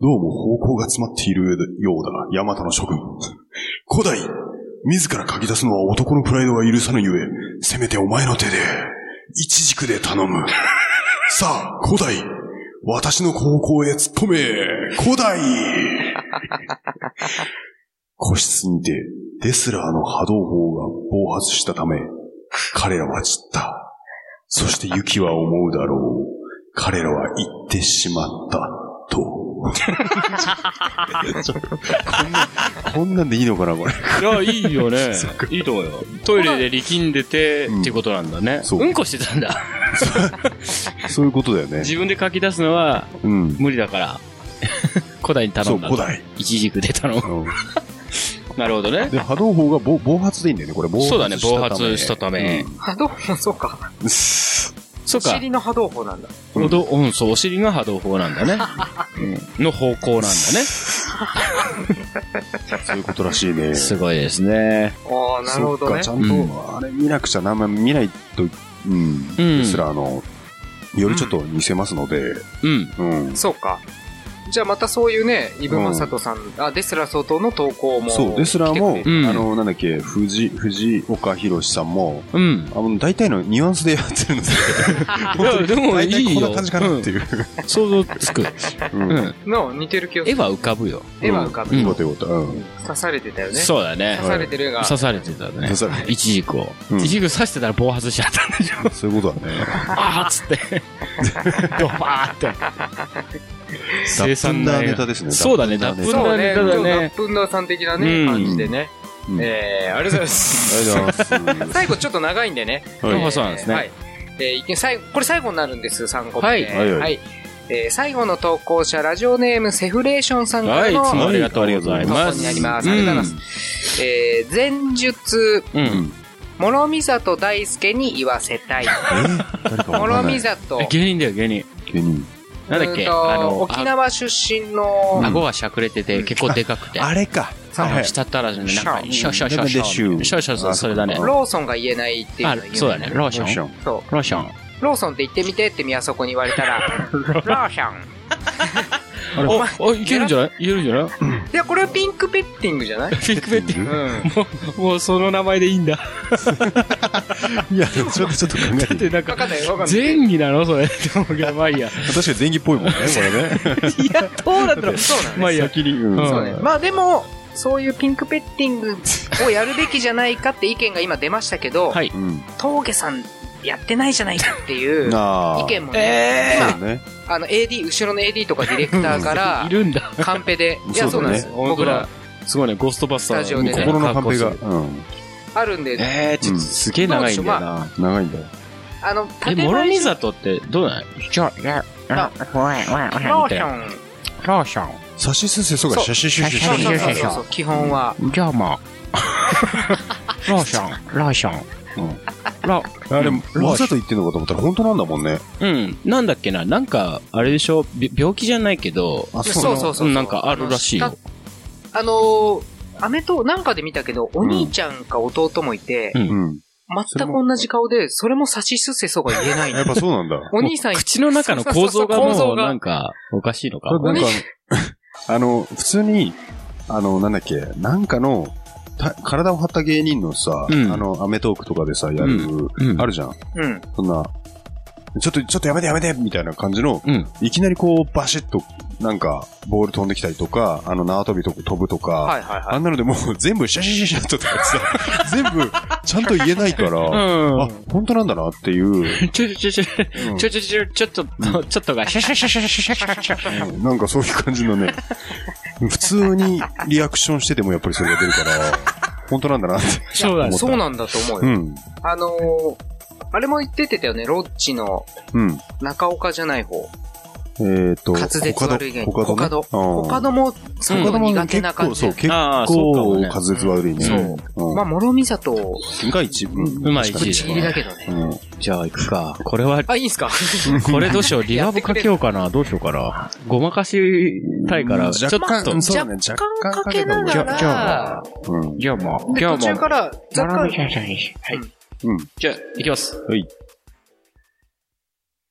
[SPEAKER 2] どうも方向が詰まっているようだ、ヤマタの諸君。古代、自ら書き出すのは男のプライドが許さぬゆえ、せめてお前の手で、一軸で頼む。さあ、古代、私の方向へ突っ込め、古代個室にて、デスラーの波動砲が暴発したため、彼らは散った。そしてユキは思うだろう。彼らは行 ってしまった、と。こんな、こんなんでいいのかな、これ。
[SPEAKER 4] いや、いい よね。いいと思うよ。トイレで力んでて、
[SPEAKER 2] うん
[SPEAKER 4] っていうことなんだね。
[SPEAKER 2] そう
[SPEAKER 4] うんこしてたんだ。
[SPEAKER 2] そういうことだよね。
[SPEAKER 4] 自分で書き出すのは
[SPEAKER 2] うん。
[SPEAKER 4] 無理だ から。古代に
[SPEAKER 2] そ
[SPEAKER 4] 頼
[SPEAKER 2] う、
[SPEAKER 4] んだ。
[SPEAKER 2] 古。代。
[SPEAKER 4] 一軸で頼む。
[SPEAKER 2] うん
[SPEAKER 4] なるほどね。
[SPEAKER 2] で、波動砲が暴暴発でいいんだよね、これ。暴発
[SPEAKER 4] そうだね、暴発したため。
[SPEAKER 3] 波動砲、そうか。
[SPEAKER 2] うんす
[SPEAKER 4] そう
[SPEAKER 3] お
[SPEAKER 4] か。
[SPEAKER 3] 尻の波動砲なんだ。
[SPEAKER 4] おど、うん、そう、お尻が波動砲なんだね。うんの方向なんだね。
[SPEAKER 2] そういうことらしいね。
[SPEAKER 4] すごいですね。
[SPEAKER 3] ああ、なるほど
[SPEAKER 2] そっ
[SPEAKER 3] ね
[SPEAKER 2] か、ち。ゃんと、
[SPEAKER 4] うん
[SPEAKER 2] あれ見なくちゃ、名前見ないと、うん。
[SPEAKER 4] うん
[SPEAKER 2] ですら、あの、よりちょっと似せますので、
[SPEAKER 4] うん。
[SPEAKER 2] うん。
[SPEAKER 3] そうか。じゃあまたそういうね、イブマサトさん、あ、デスラ相当の投稿も。
[SPEAKER 2] そう、デスラーも、
[SPEAKER 3] 来てくれて
[SPEAKER 4] うん
[SPEAKER 2] あの、なんだっけ、藤、藤岡弘さんも、
[SPEAKER 4] うん。
[SPEAKER 2] あの、大体のニュアンスでやってるんです
[SPEAKER 4] いや、で
[SPEAKER 2] よ。
[SPEAKER 4] もい
[SPEAKER 2] 大体
[SPEAKER 4] い
[SPEAKER 2] こん
[SPEAKER 4] よ。
[SPEAKER 2] な感じかなって
[SPEAKER 4] う
[SPEAKER 2] いう。
[SPEAKER 4] ん想像つく。
[SPEAKER 2] うん
[SPEAKER 4] う
[SPEAKER 2] うん
[SPEAKER 4] ん。
[SPEAKER 3] の似てる気がす
[SPEAKER 4] 絵
[SPEAKER 3] る。
[SPEAKER 4] は浮かぶよ。
[SPEAKER 3] 絵は浮かぶ。
[SPEAKER 2] よかったよかった。うん。
[SPEAKER 3] 刺されてたよね。
[SPEAKER 4] そうだね
[SPEAKER 3] 刺。されてる絵が。
[SPEAKER 4] 刺されてたね
[SPEAKER 2] 刺。され
[SPEAKER 4] 一軸を
[SPEAKER 2] う。ん
[SPEAKER 4] 一軸刺してたら暴発しちゃったんでしょ。
[SPEAKER 2] そういうことだね。
[SPEAKER 4] あーっつ って。ドバーって。生産
[SPEAKER 2] ダ
[SPEAKER 4] な
[SPEAKER 2] ップンダーネ
[SPEAKER 4] 絵
[SPEAKER 2] タ
[SPEAKER 4] が
[SPEAKER 2] ですね。
[SPEAKER 4] そうだね
[SPEAKER 2] ダップンダーネタ
[SPEAKER 4] ダップン
[SPEAKER 3] そうね、
[SPEAKER 4] ただね
[SPEAKER 3] ちょっとラップンダーさん的な
[SPEAKER 4] う
[SPEAKER 3] ね、
[SPEAKER 4] ん
[SPEAKER 3] 感じでね。
[SPEAKER 2] うん
[SPEAKER 3] えー、ありがとうございます。
[SPEAKER 2] ありがとうございます。
[SPEAKER 3] 最後ちょっと長いんでね。
[SPEAKER 2] はい
[SPEAKER 3] えー
[SPEAKER 4] そうなんですね
[SPEAKER 3] はい。えーいけ最後、これ最後になるんです、3個目。
[SPEAKER 4] はい
[SPEAKER 2] はいはい
[SPEAKER 3] えー最後の投稿者、ラジオネーム、セフレーションさんか
[SPEAKER 4] は
[SPEAKER 3] ら
[SPEAKER 4] い、い
[SPEAKER 3] の、
[SPEAKER 4] つもありがとうございま
[SPEAKER 3] 投稿
[SPEAKER 4] す。
[SPEAKER 3] になりますありがとうございえー前述、
[SPEAKER 4] うん。うん
[SPEAKER 3] 諸見里大輔に言わせたい。
[SPEAKER 2] えー誰かわか
[SPEAKER 3] 諸
[SPEAKER 2] んな
[SPEAKER 3] 見
[SPEAKER 2] い。
[SPEAKER 3] 里。
[SPEAKER 4] 芸人だよ、芸人。
[SPEAKER 2] 芸人
[SPEAKER 4] なんだっ
[SPEAKER 3] う
[SPEAKER 4] け
[SPEAKER 3] ーと
[SPEAKER 4] あの、
[SPEAKER 3] 沖縄出身の、
[SPEAKER 4] 顎がしゃくれてて、結構でかくて。
[SPEAKER 2] あれか。
[SPEAKER 4] あ
[SPEAKER 2] はいは
[SPEAKER 4] の、
[SPEAKER 2] い
[SPEAKER 4] したったら、なんか、シャーシャーシャーシャー
[SPEAKER 2] なんでシュー
[SPEAKER 4] シャーシャーシャーそれだね。
[SPEAKER 3] ローソンが言えないっていうの
[SPEAKER 4] あ
[SPEAKER 3] は言、ない
[SPEAKER 4] そうだね。ローシ
[SPEAKER 2] ローシ
[SPEAKER 4] ョ
[SPEAKER 2] ョ
[SPEAKER 4] ン。
[SPEAKER 2] ン。
[SPEAKER 3] そ
[SPEAKER 4] ローション。
[SPEAKER 3] う。ローソンって言ってみてって宮迫に言われた ら、ローション。
[SPEAKER 2] あれ
[SPEAKER 3] お前
[SPEAKER 4] お、いけるんじゃないいけるんじゃない
[SPEAKER 3] いや、これはピンクペッティングじゃない
[SPEAKER 4] ピンクペッティン
[SPEAKER 3] うん。
[SPEAKER 4] グ。 もうその名前でいいんだ。
[SPEAKER 2] いや、でもちょっとちょっと考え
[SPEAKER 4] だって
[SPEAKER 2] みて。
[SPEAKER 4] てなん
[SPEAKER 3] わ
[SPEAKER 4] か、
[SPEAKER 3] かんない、わかんない。
[SPEAKER 4] 前儀なのそれ。でもいやまあいいや。
[SPEAKER 2] 確かに前儀っぽいもんね、これね。
[SPEAKER 4] いや、どうなんだろう。
[SPEAKER 3] そうなんです
[SPEAKER 4] まあ いいや。
[SPEAKER 2] 先に。うん
[SPEAKER 4] うん
[SPEAKER 3] そうね。まあでも、そういうピンクペッティングをやるべきじゃないかって意見が今出ましたけど、
[SPEAKER 4] はい
[SPEAKER 2] うん。
[SPEAKER 3] 峠さんやってないじゃないかっていう意
[SPEAKER 2] なあ。
[SPEAKER 3] 見もね、
[SPEAKER 4] え
[SPEAKER 2] そうね。
[SPEAKER 3] あの AD、後ろの AD とかディレクターか
[SPEAKER 4] ー
[SPEAKER 3] ら
[SPEAKER 4] い、るんだ。
[SPEAKER 3] カンペで、いや、そ
[SPEAKER 2] そうう
[SPEAKER 3] な
[SPEAKER 2] だ
[SPEAKER 3] んで
[SPEAKER 2] ね
[SPEAKER 3] すよ。僕ら、
[SPEAKER 4] すごいね、ゴーストバスタ
[SPEAKER 3] スタジオ
[SPEAKER 4] ー
[SPEAKER 3] で
[SPEAKER 4] み
[SPEAKER 3] ね
[SPEAKER 4] たいな
[SPEAKER 2] 心のカンペが、
[SPEAKER 4] 格好する
[SPEAKER 2] うん。
[SPEAKER 3] あるんで、
[SPEAKER 4] えー、ちょっとすげえ長いんだよな。
[SPEAKER 2] 長いんだよ。
[SPEAKER 3] あの、
[SPEAKER 4] え、
[SPEAKER 3] 建前
[SPEAKER 4] 諸見里ってどうなのちょ、いや、
[SPEAKER 3] あ
[SPEAKER 4] 怖い、怖い、
[SPEAKER 3] ロー
[SPEAKER 4] 怖
[SPEAKER 3] ション。
[SPEAKER 4] ローション。
[SPEAKER 2] 差しすせそが
[SPEAKER 3] そう
[SPEAKER 2] シャシシュシュシ
[SPEAKER 3] そう
[SPEAKER 2] ュ
[SPEAKER 3] そう
[SPEAKER 2] シ
[SPEAKER 3] そ
[SPEAKER 2] ュ
[SPEAKER 3] う
[SPEAKER 2] シ
[SPEAKER 3] そうそう、基本は。
[SPEAKER 4] どうも。ローション、ローション。
[SPEAKER 2] うん
[SPEAKER 4] ロ、
[SPEAKER 2] ュ。あれ、
[SPEAKER 4] ロ
[SPEAKER 2] わざと言ってんのかと思ったら本当なんだもんね。
[SPEAKER 4] うん。なんだっけな、なんか、あれでしょ、び病気じゃないけど、
[SPEAKER 2] あ、
[SPEAKER 3] そ
[SPEAKER 2] な
[SPEAKER 3] うそう
[SPEAKER 2] の
[SPEAKER 3] そうそう。
[SPEAKER 4] なんかあるらしいよ。
[SPEAKER 3] あの、アメと、なんかで見たけど、お兄ちゃんか弟もいて、
[SPEAKER 2] うん。
[SPEAKER 3] 全く同じ顔で、それも差しすせそが言えない
[SPEAKER 2] や
[SPEAKER 3] の
[SPEAKER 2] っ。ぱそうなんだ。
[SPEAKER 3] お兄さん、
[SPEAKER 4] 口の中の構
[SPEAKER 3] そうそうそう
[SPEAKER 4] 造が
[SPEAKER 3] 構
[SPEAKER 4] も
[SPEAKER 3] 造
[SPEAKER 4] う、
[SPEAKER 3] が
[SPEAKER 4] なんか、おかしいのか。
[SPEAKER 2] これなん
[SPEAKER 3] お
[SPEAKER 2] か、あの、普通に、あの、なんだっけ、なんかの、た体を張った芸人のさ、
[SPEAKER 4] うん
[SPEAKER 2] あの、アメトークとかでさ、やる、
[SPEAKER 4] うん
[SPEAKER 2] あるじゃん。
[SPEAKER 3] うん。
[SPEAKER 2] そんな、ちょっと、ちょっとやめてやめてみたいな感じの、
[SPEAKER 4] うん
[SPEAKER 2] いきなりこう、バシッと、なんか、ボール飛んできたりとか、あの、縄跳びとか飛ぶとか、
[SPEAKER 3] はいはいはい。
[SPEAKER 2] あんなのでもう全部シャシャシャシャっとか さ、全部ちゃんと言えないから、
[SPEAKER 4] うん
[SPEAKER 2] あ、本当なんだなっていう、
[SPEAKER 4] ちょちょちょちょ、ちょちょちょ、ちょっと、ちょっとが、シャシャシャシャシャシャシャシャ。
[SPEAKER 2] うんなんかそういう感じのね、普通にリアクションしててもやっぱりそれが出るから、本当なんだなって。
[SPEAKER 4] そうだね。
[SPEAKER 3] そうなんだと思う
[SPEAKER 2] う
[SPEAKER 3] よ。
[SPEAKER 2] ん。
[SPEAKER 3] あのー、あれも言ってたよね、ロッチの
[SPEAKER 2] うん。
[SPEAKER 3] 中岡じゃない方。
[SPEAKER 2] えっ、と、
[SPEAKER 3] 滑舌悪い芸人。
[SPEAKER 2] コカド。
[SPEAKER 3] コカド。コカ
[SPEAKER 2] ドね。
[SPEAKER 3] ドも、そ
[SPEAKER 2] うん
[SPEAKER 3] こ苦手な
[SPEAKER 2] 結
[SPEAKER 3] 感
[SPEAKER 2] 構、
[SPEAKER 3] じ
[SPEAKER 2] そう、。結
[SPEAKER 4] あ
[SPEAKER 2] 構
[SPEAKER 4] あそうかもね
[SPEAKER 2] 滑舌悪いね。
[SPEAKER 3] そう
[SPEAKER 2] うん
[SPEAKER 3] まあ、諸見里、
[SPEAKER 2] が一部。
[SPEAKER 4] うまい
[SPEAKER 2] 確かに
[SPEAKER 4] 一
[SPEAKER 3] ちぎりだけどね。
[SPEAKER 2] うん。
[SPEAKER 4] じゃあ行くか。こ れは、
[SPEAKER 3] あ、いいんすか
[SPEAKER 4] これどうしよう。リバーブかけようかな。どうしようかな。ごまかしたいから、ちょっと。
[SPEAKER 2] そうだね、若干
[SPEAKER 3] かけなが
[SPEAKER 2] かけた
[SPEAKER 3] ら、
[SPEAKER 2] 方がうん。
[SPEAKER 4] じゃあもう、
[SPEAKER 3] で
[SPEAKER 4] じゃあ
[SPEAKER 3] 途中
[SPEAKER 4] もう
[SPEAKER 3] か。ら、若干、
[SPEAKER 2] うん。
[SPEAKER 4] じゃあ、行きます。
[SPEAKER 2] はい。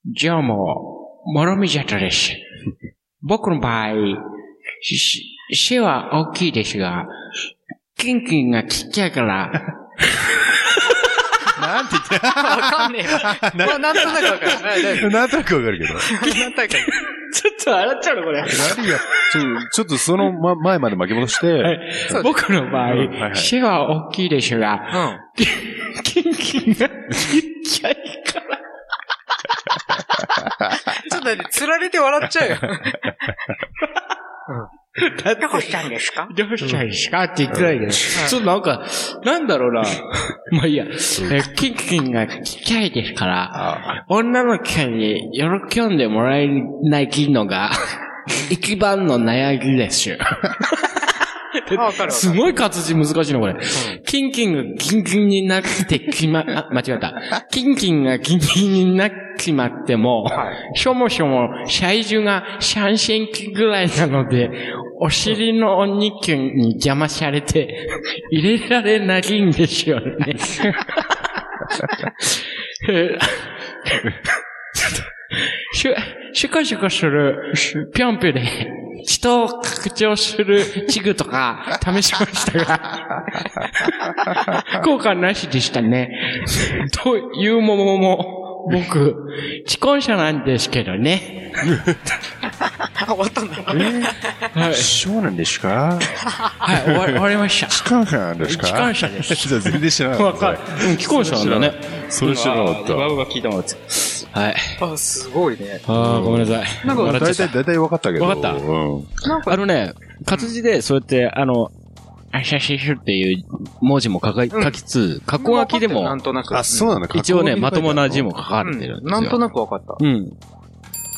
[SPEAKER 4] じゃあもう、もろみじゃとです。僕の場合、し背は大きいですが、キンキンがちっちゃいから、
[SPEAKER 2] なんて言っ
[SPEAKER 3] わかんねえわ。まあ、なんとなくわかる。はい大 丈
[SPEAKER 2] て、なんとなくわかるけど。
[SPEAKER 3] 夫なんとなくわかる
[SPEAKER 4] ちょっと笑っちゃうのこれ。
[SPEAKER 2] 何が、ちょちょっとその、ま、前まで巻き戻して、
[SPEAKER 3] そう
[SPEAKER 4] 僕の場
[SPEAKER 2] はいは
[SPEAKER 4] 合、
[SPEAKER 2] い
[SPEAKER 4] 背は大きいですが、
[SPEAKER 3] うん。
[SPEAKER 4] キンキンがちっちゃいから。
[SPEAKER 3] ちょっと待って、釣られて笑っちゃうよ。
[SPEAKER 4] だっ
[SPEAKER 6] どうしたんですか
[SPEAKER 4] どうしたらいいですかって言ってないけど。ちょっとなんか、なんだろうな。 まあいいや。えキンキンがちっちゃいですから、女の子に喜んでもらえないのが、 一番の悩みです。
[SPEAKER 3] あわかるわか
[SPEAKER 4] す
[SPEAKER 3] る。
[SPEAKER 4] ごい活字難しいの、これ。キンキンがキンキンになって きま、あ、間違えた。キンキンがキンキンになってしまっても、そもそも体重が3センチぐらいなので、お尻のお肉に邪魔されて、入れられないんですよ ね。 えシュ、シュコシュコする、ぴょんぴょんで、人を拡張する器具とか、試しましたが、 効果なしでしたね。というものも、僕、既婚者なんですけどね。
[SPEAKER 6] あ終わったんだ。
[SPEAKER 4] はい、
[SPEAKER 2] そうなんですか
[SPEAKER 4] はい、終わり終わりま した。
[SPEAKER 2] 機関車なんですか。
[SPEAKER 4] 機関車です
[SPEAKER 2] 全然知らなか
[SPEAKER 4] わ
[SPEAKER 2] っ
[SPEAKER 4] か
[SPEAKER 2] た
[SPEAKER 4] る。。うん、既婚者なんだね。
[SPEAKER 2] それ知らなかった。
[SPEAKER 1] 僕が聞いたもんです。
[SPEAKER 4] はい。
[SPEAKER 3] あ、すごいね。
[SPEAKER 4] ああ、ごめんなさい。
[SPEAKER 2] なんか
[SPEAKER 4] 笑っ
[SPEAKER 2] 大
[SPEAKER 4] ちゃ
[SPEAKER 2] 体、
[SPEAKER 4] っ
[SPEAKER 2] 大体分かったけど。
[SPEAKER 4] わかった
[SPEAKER 2] うん。
[SPEAKER 4] たあのね、活字で、そうやって、あの、アシャシャシュっていう文字も書か書きつつ、格好書きで
[SPEAKER 3] な
[SPEAKER 4] も
[SPEAKER 3] ん、となく。
[SPEAKER 2] あ、そうなんだ。
[SPEAKER 4] 一応ね、まともな字も
[SPEAKER 2] 書
[SPEAKER 4] 書か
[SPEAKER 3] う
[SPEAKER 4] れ
[SPEAKER 3] ん
[SPEAKER 4] てるんですよ。
[SPEAKER 3] なんとなくわかった。
[SPEAKER 4] うん。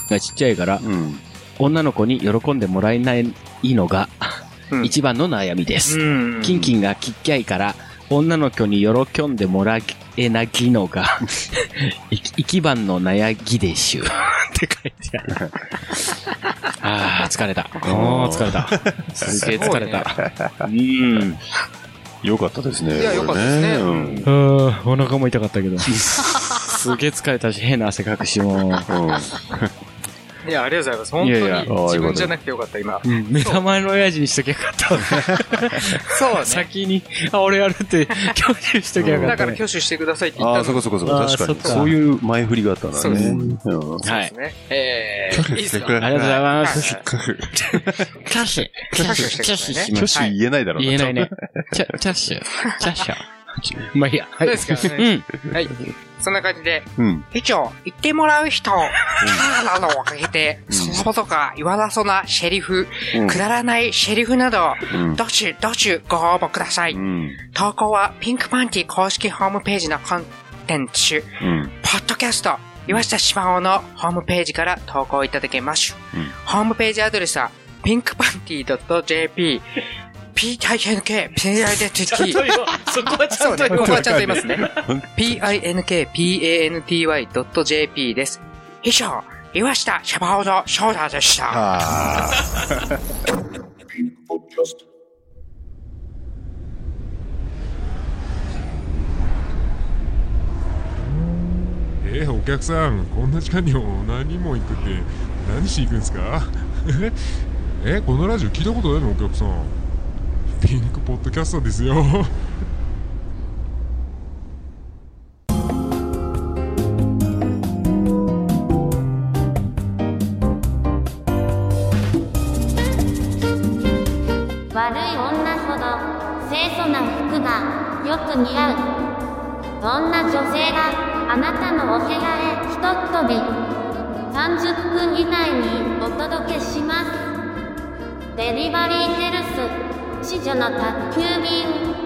[SPEAKER 4] がちっちゃいから、
[SPEAKER 2] く。うん。
[SPEAKER 4] 女の子に喜んでもらえないのが、
[SPEAKER 3] うん
[SPEAKER 4] 一番の悩みです。
[SPEAKER 3] うん
[SPEAKER 4] キンキンがちっちゃいから、女の子に喜んでもらえなきのが、 い一番の悩ぎでしゅ。 って書いてある。ああ、疲れた。もう疲れた。すげえ疲れた。うん。
[SPEAKER 2] よかったですね。
[SPEAKER 3] いやよかったですね
[SPEAKER 2] これ
[SPEAKER 4] うーん、お腹も痛かったけど。 すげえ疲れたし、変な汗かくし、もう。
[SPEAKER 2] うん。うん
[SPEAKER 3] いや、ありがとうございます。本当に
[SPEAKER 4] いやいや
[SPEAKER 3] 自分じゃなくてよかった、今。
[SPEAKER 4] うん目玉前の親父にしときゃよかった。
[SPEAKER 3] そうね。
[SPEAKER 4] 先に、あ、俺やるって、共有しときゃよか
[SPEAKER 3] だか
[SPEAKER 4] った
[SPEAKER 3] ら
[SPEAKER 4] ね、
[SPEAKER 3] 挙手してくださいって言っ
[SPEAKER 2] あ
[SPEAKER 3] た
[SPEAKER 2] あ、
[SPEAKER 3] ん
[SPEAKER 2] そこそこそこ。
[SPEAKER 4] あー
[SPEAKER 2] 確かに。
[SPEAKER 4] そっか
[SPEAKER 2] そういう前振りがあったんだ
[SPEAKER 3] そうで
[SPEAKER 2] ね。
[SPEAKER 3] す
[SPEAKER 2] うん
[SPEAKER 4] は
[SPEAKER 3] で
[SPEAKER 4] い
[SPEAKER 3] す。ね。えー、いいっすか
[SPEAKER 4] ありがとうございます。
[SPEAKER 3] はい
[SPEAKER 4] キャッシュ。キャッシュ。キャッシュしま
[SPEAKER 2] 挙
[SPEAKER 4] す。
[SPEAKER 2] 手言えないだろう
[SPEAKER 4] 言えないね。キャキャッシュ。キャッシ ュ。まあいいや。は
[SPEAKER 3] そう
[SPEAKER 4] い。
[SPEAKER 3] ですから
[SPEAKER 4] う
[SPEAKER 3] ね。
[SPEAKER 4] ん。
[SPEAKER 3] はい。そんな感じで、
[SPEAKER 2] うん。
[SPEAKER 6] 以上、言ってもらう人、カーラのおかげで、そのことか言わなそうなシェリフ、
[SPEAKER 2] うん
[SPEAKER 6] くだらないシェリフなど、
[SPEAKER 2] うん
[SPEAKER 6] どしどしご応募ください。
[SPEAKER 2] うん。
[SPEAKER 6] 投稿はピンクパンティ公式ホームページのコンテンツ、
[SPEAKER 2] うん。
[SPEAKER 6] ポッドキャスト、岩下しまおのホームページから投稿いただけます。
[SPEAKER 2] うん
[SPEAKER 6] ホームページアドレスは、pinkpanty.jp、p-i-n-k-p-i-d-t-t、
[SPEAKER 4] そこはち
[SPEAKER 3] そうね、ここはちゃんと言いますね。
[SPEAKER 6] pinkpanty.jp です。以上、岩下シャバオの翔太でした。
[SPEAKER 2] ああ。
[SPEAKER 7] えーお客さんこんな時間にも何も行くって何しに行くんですか えこのラジオ聞いたことないのお客さんピンクポッドキャストですよ
[SPEAKER 8] 悪い女ほど清楚な服がよく似合うそんな女性があなたのお部屋へひとっ飛び30分以内にお届けしますデリバリーヘルス「子女の宅急便」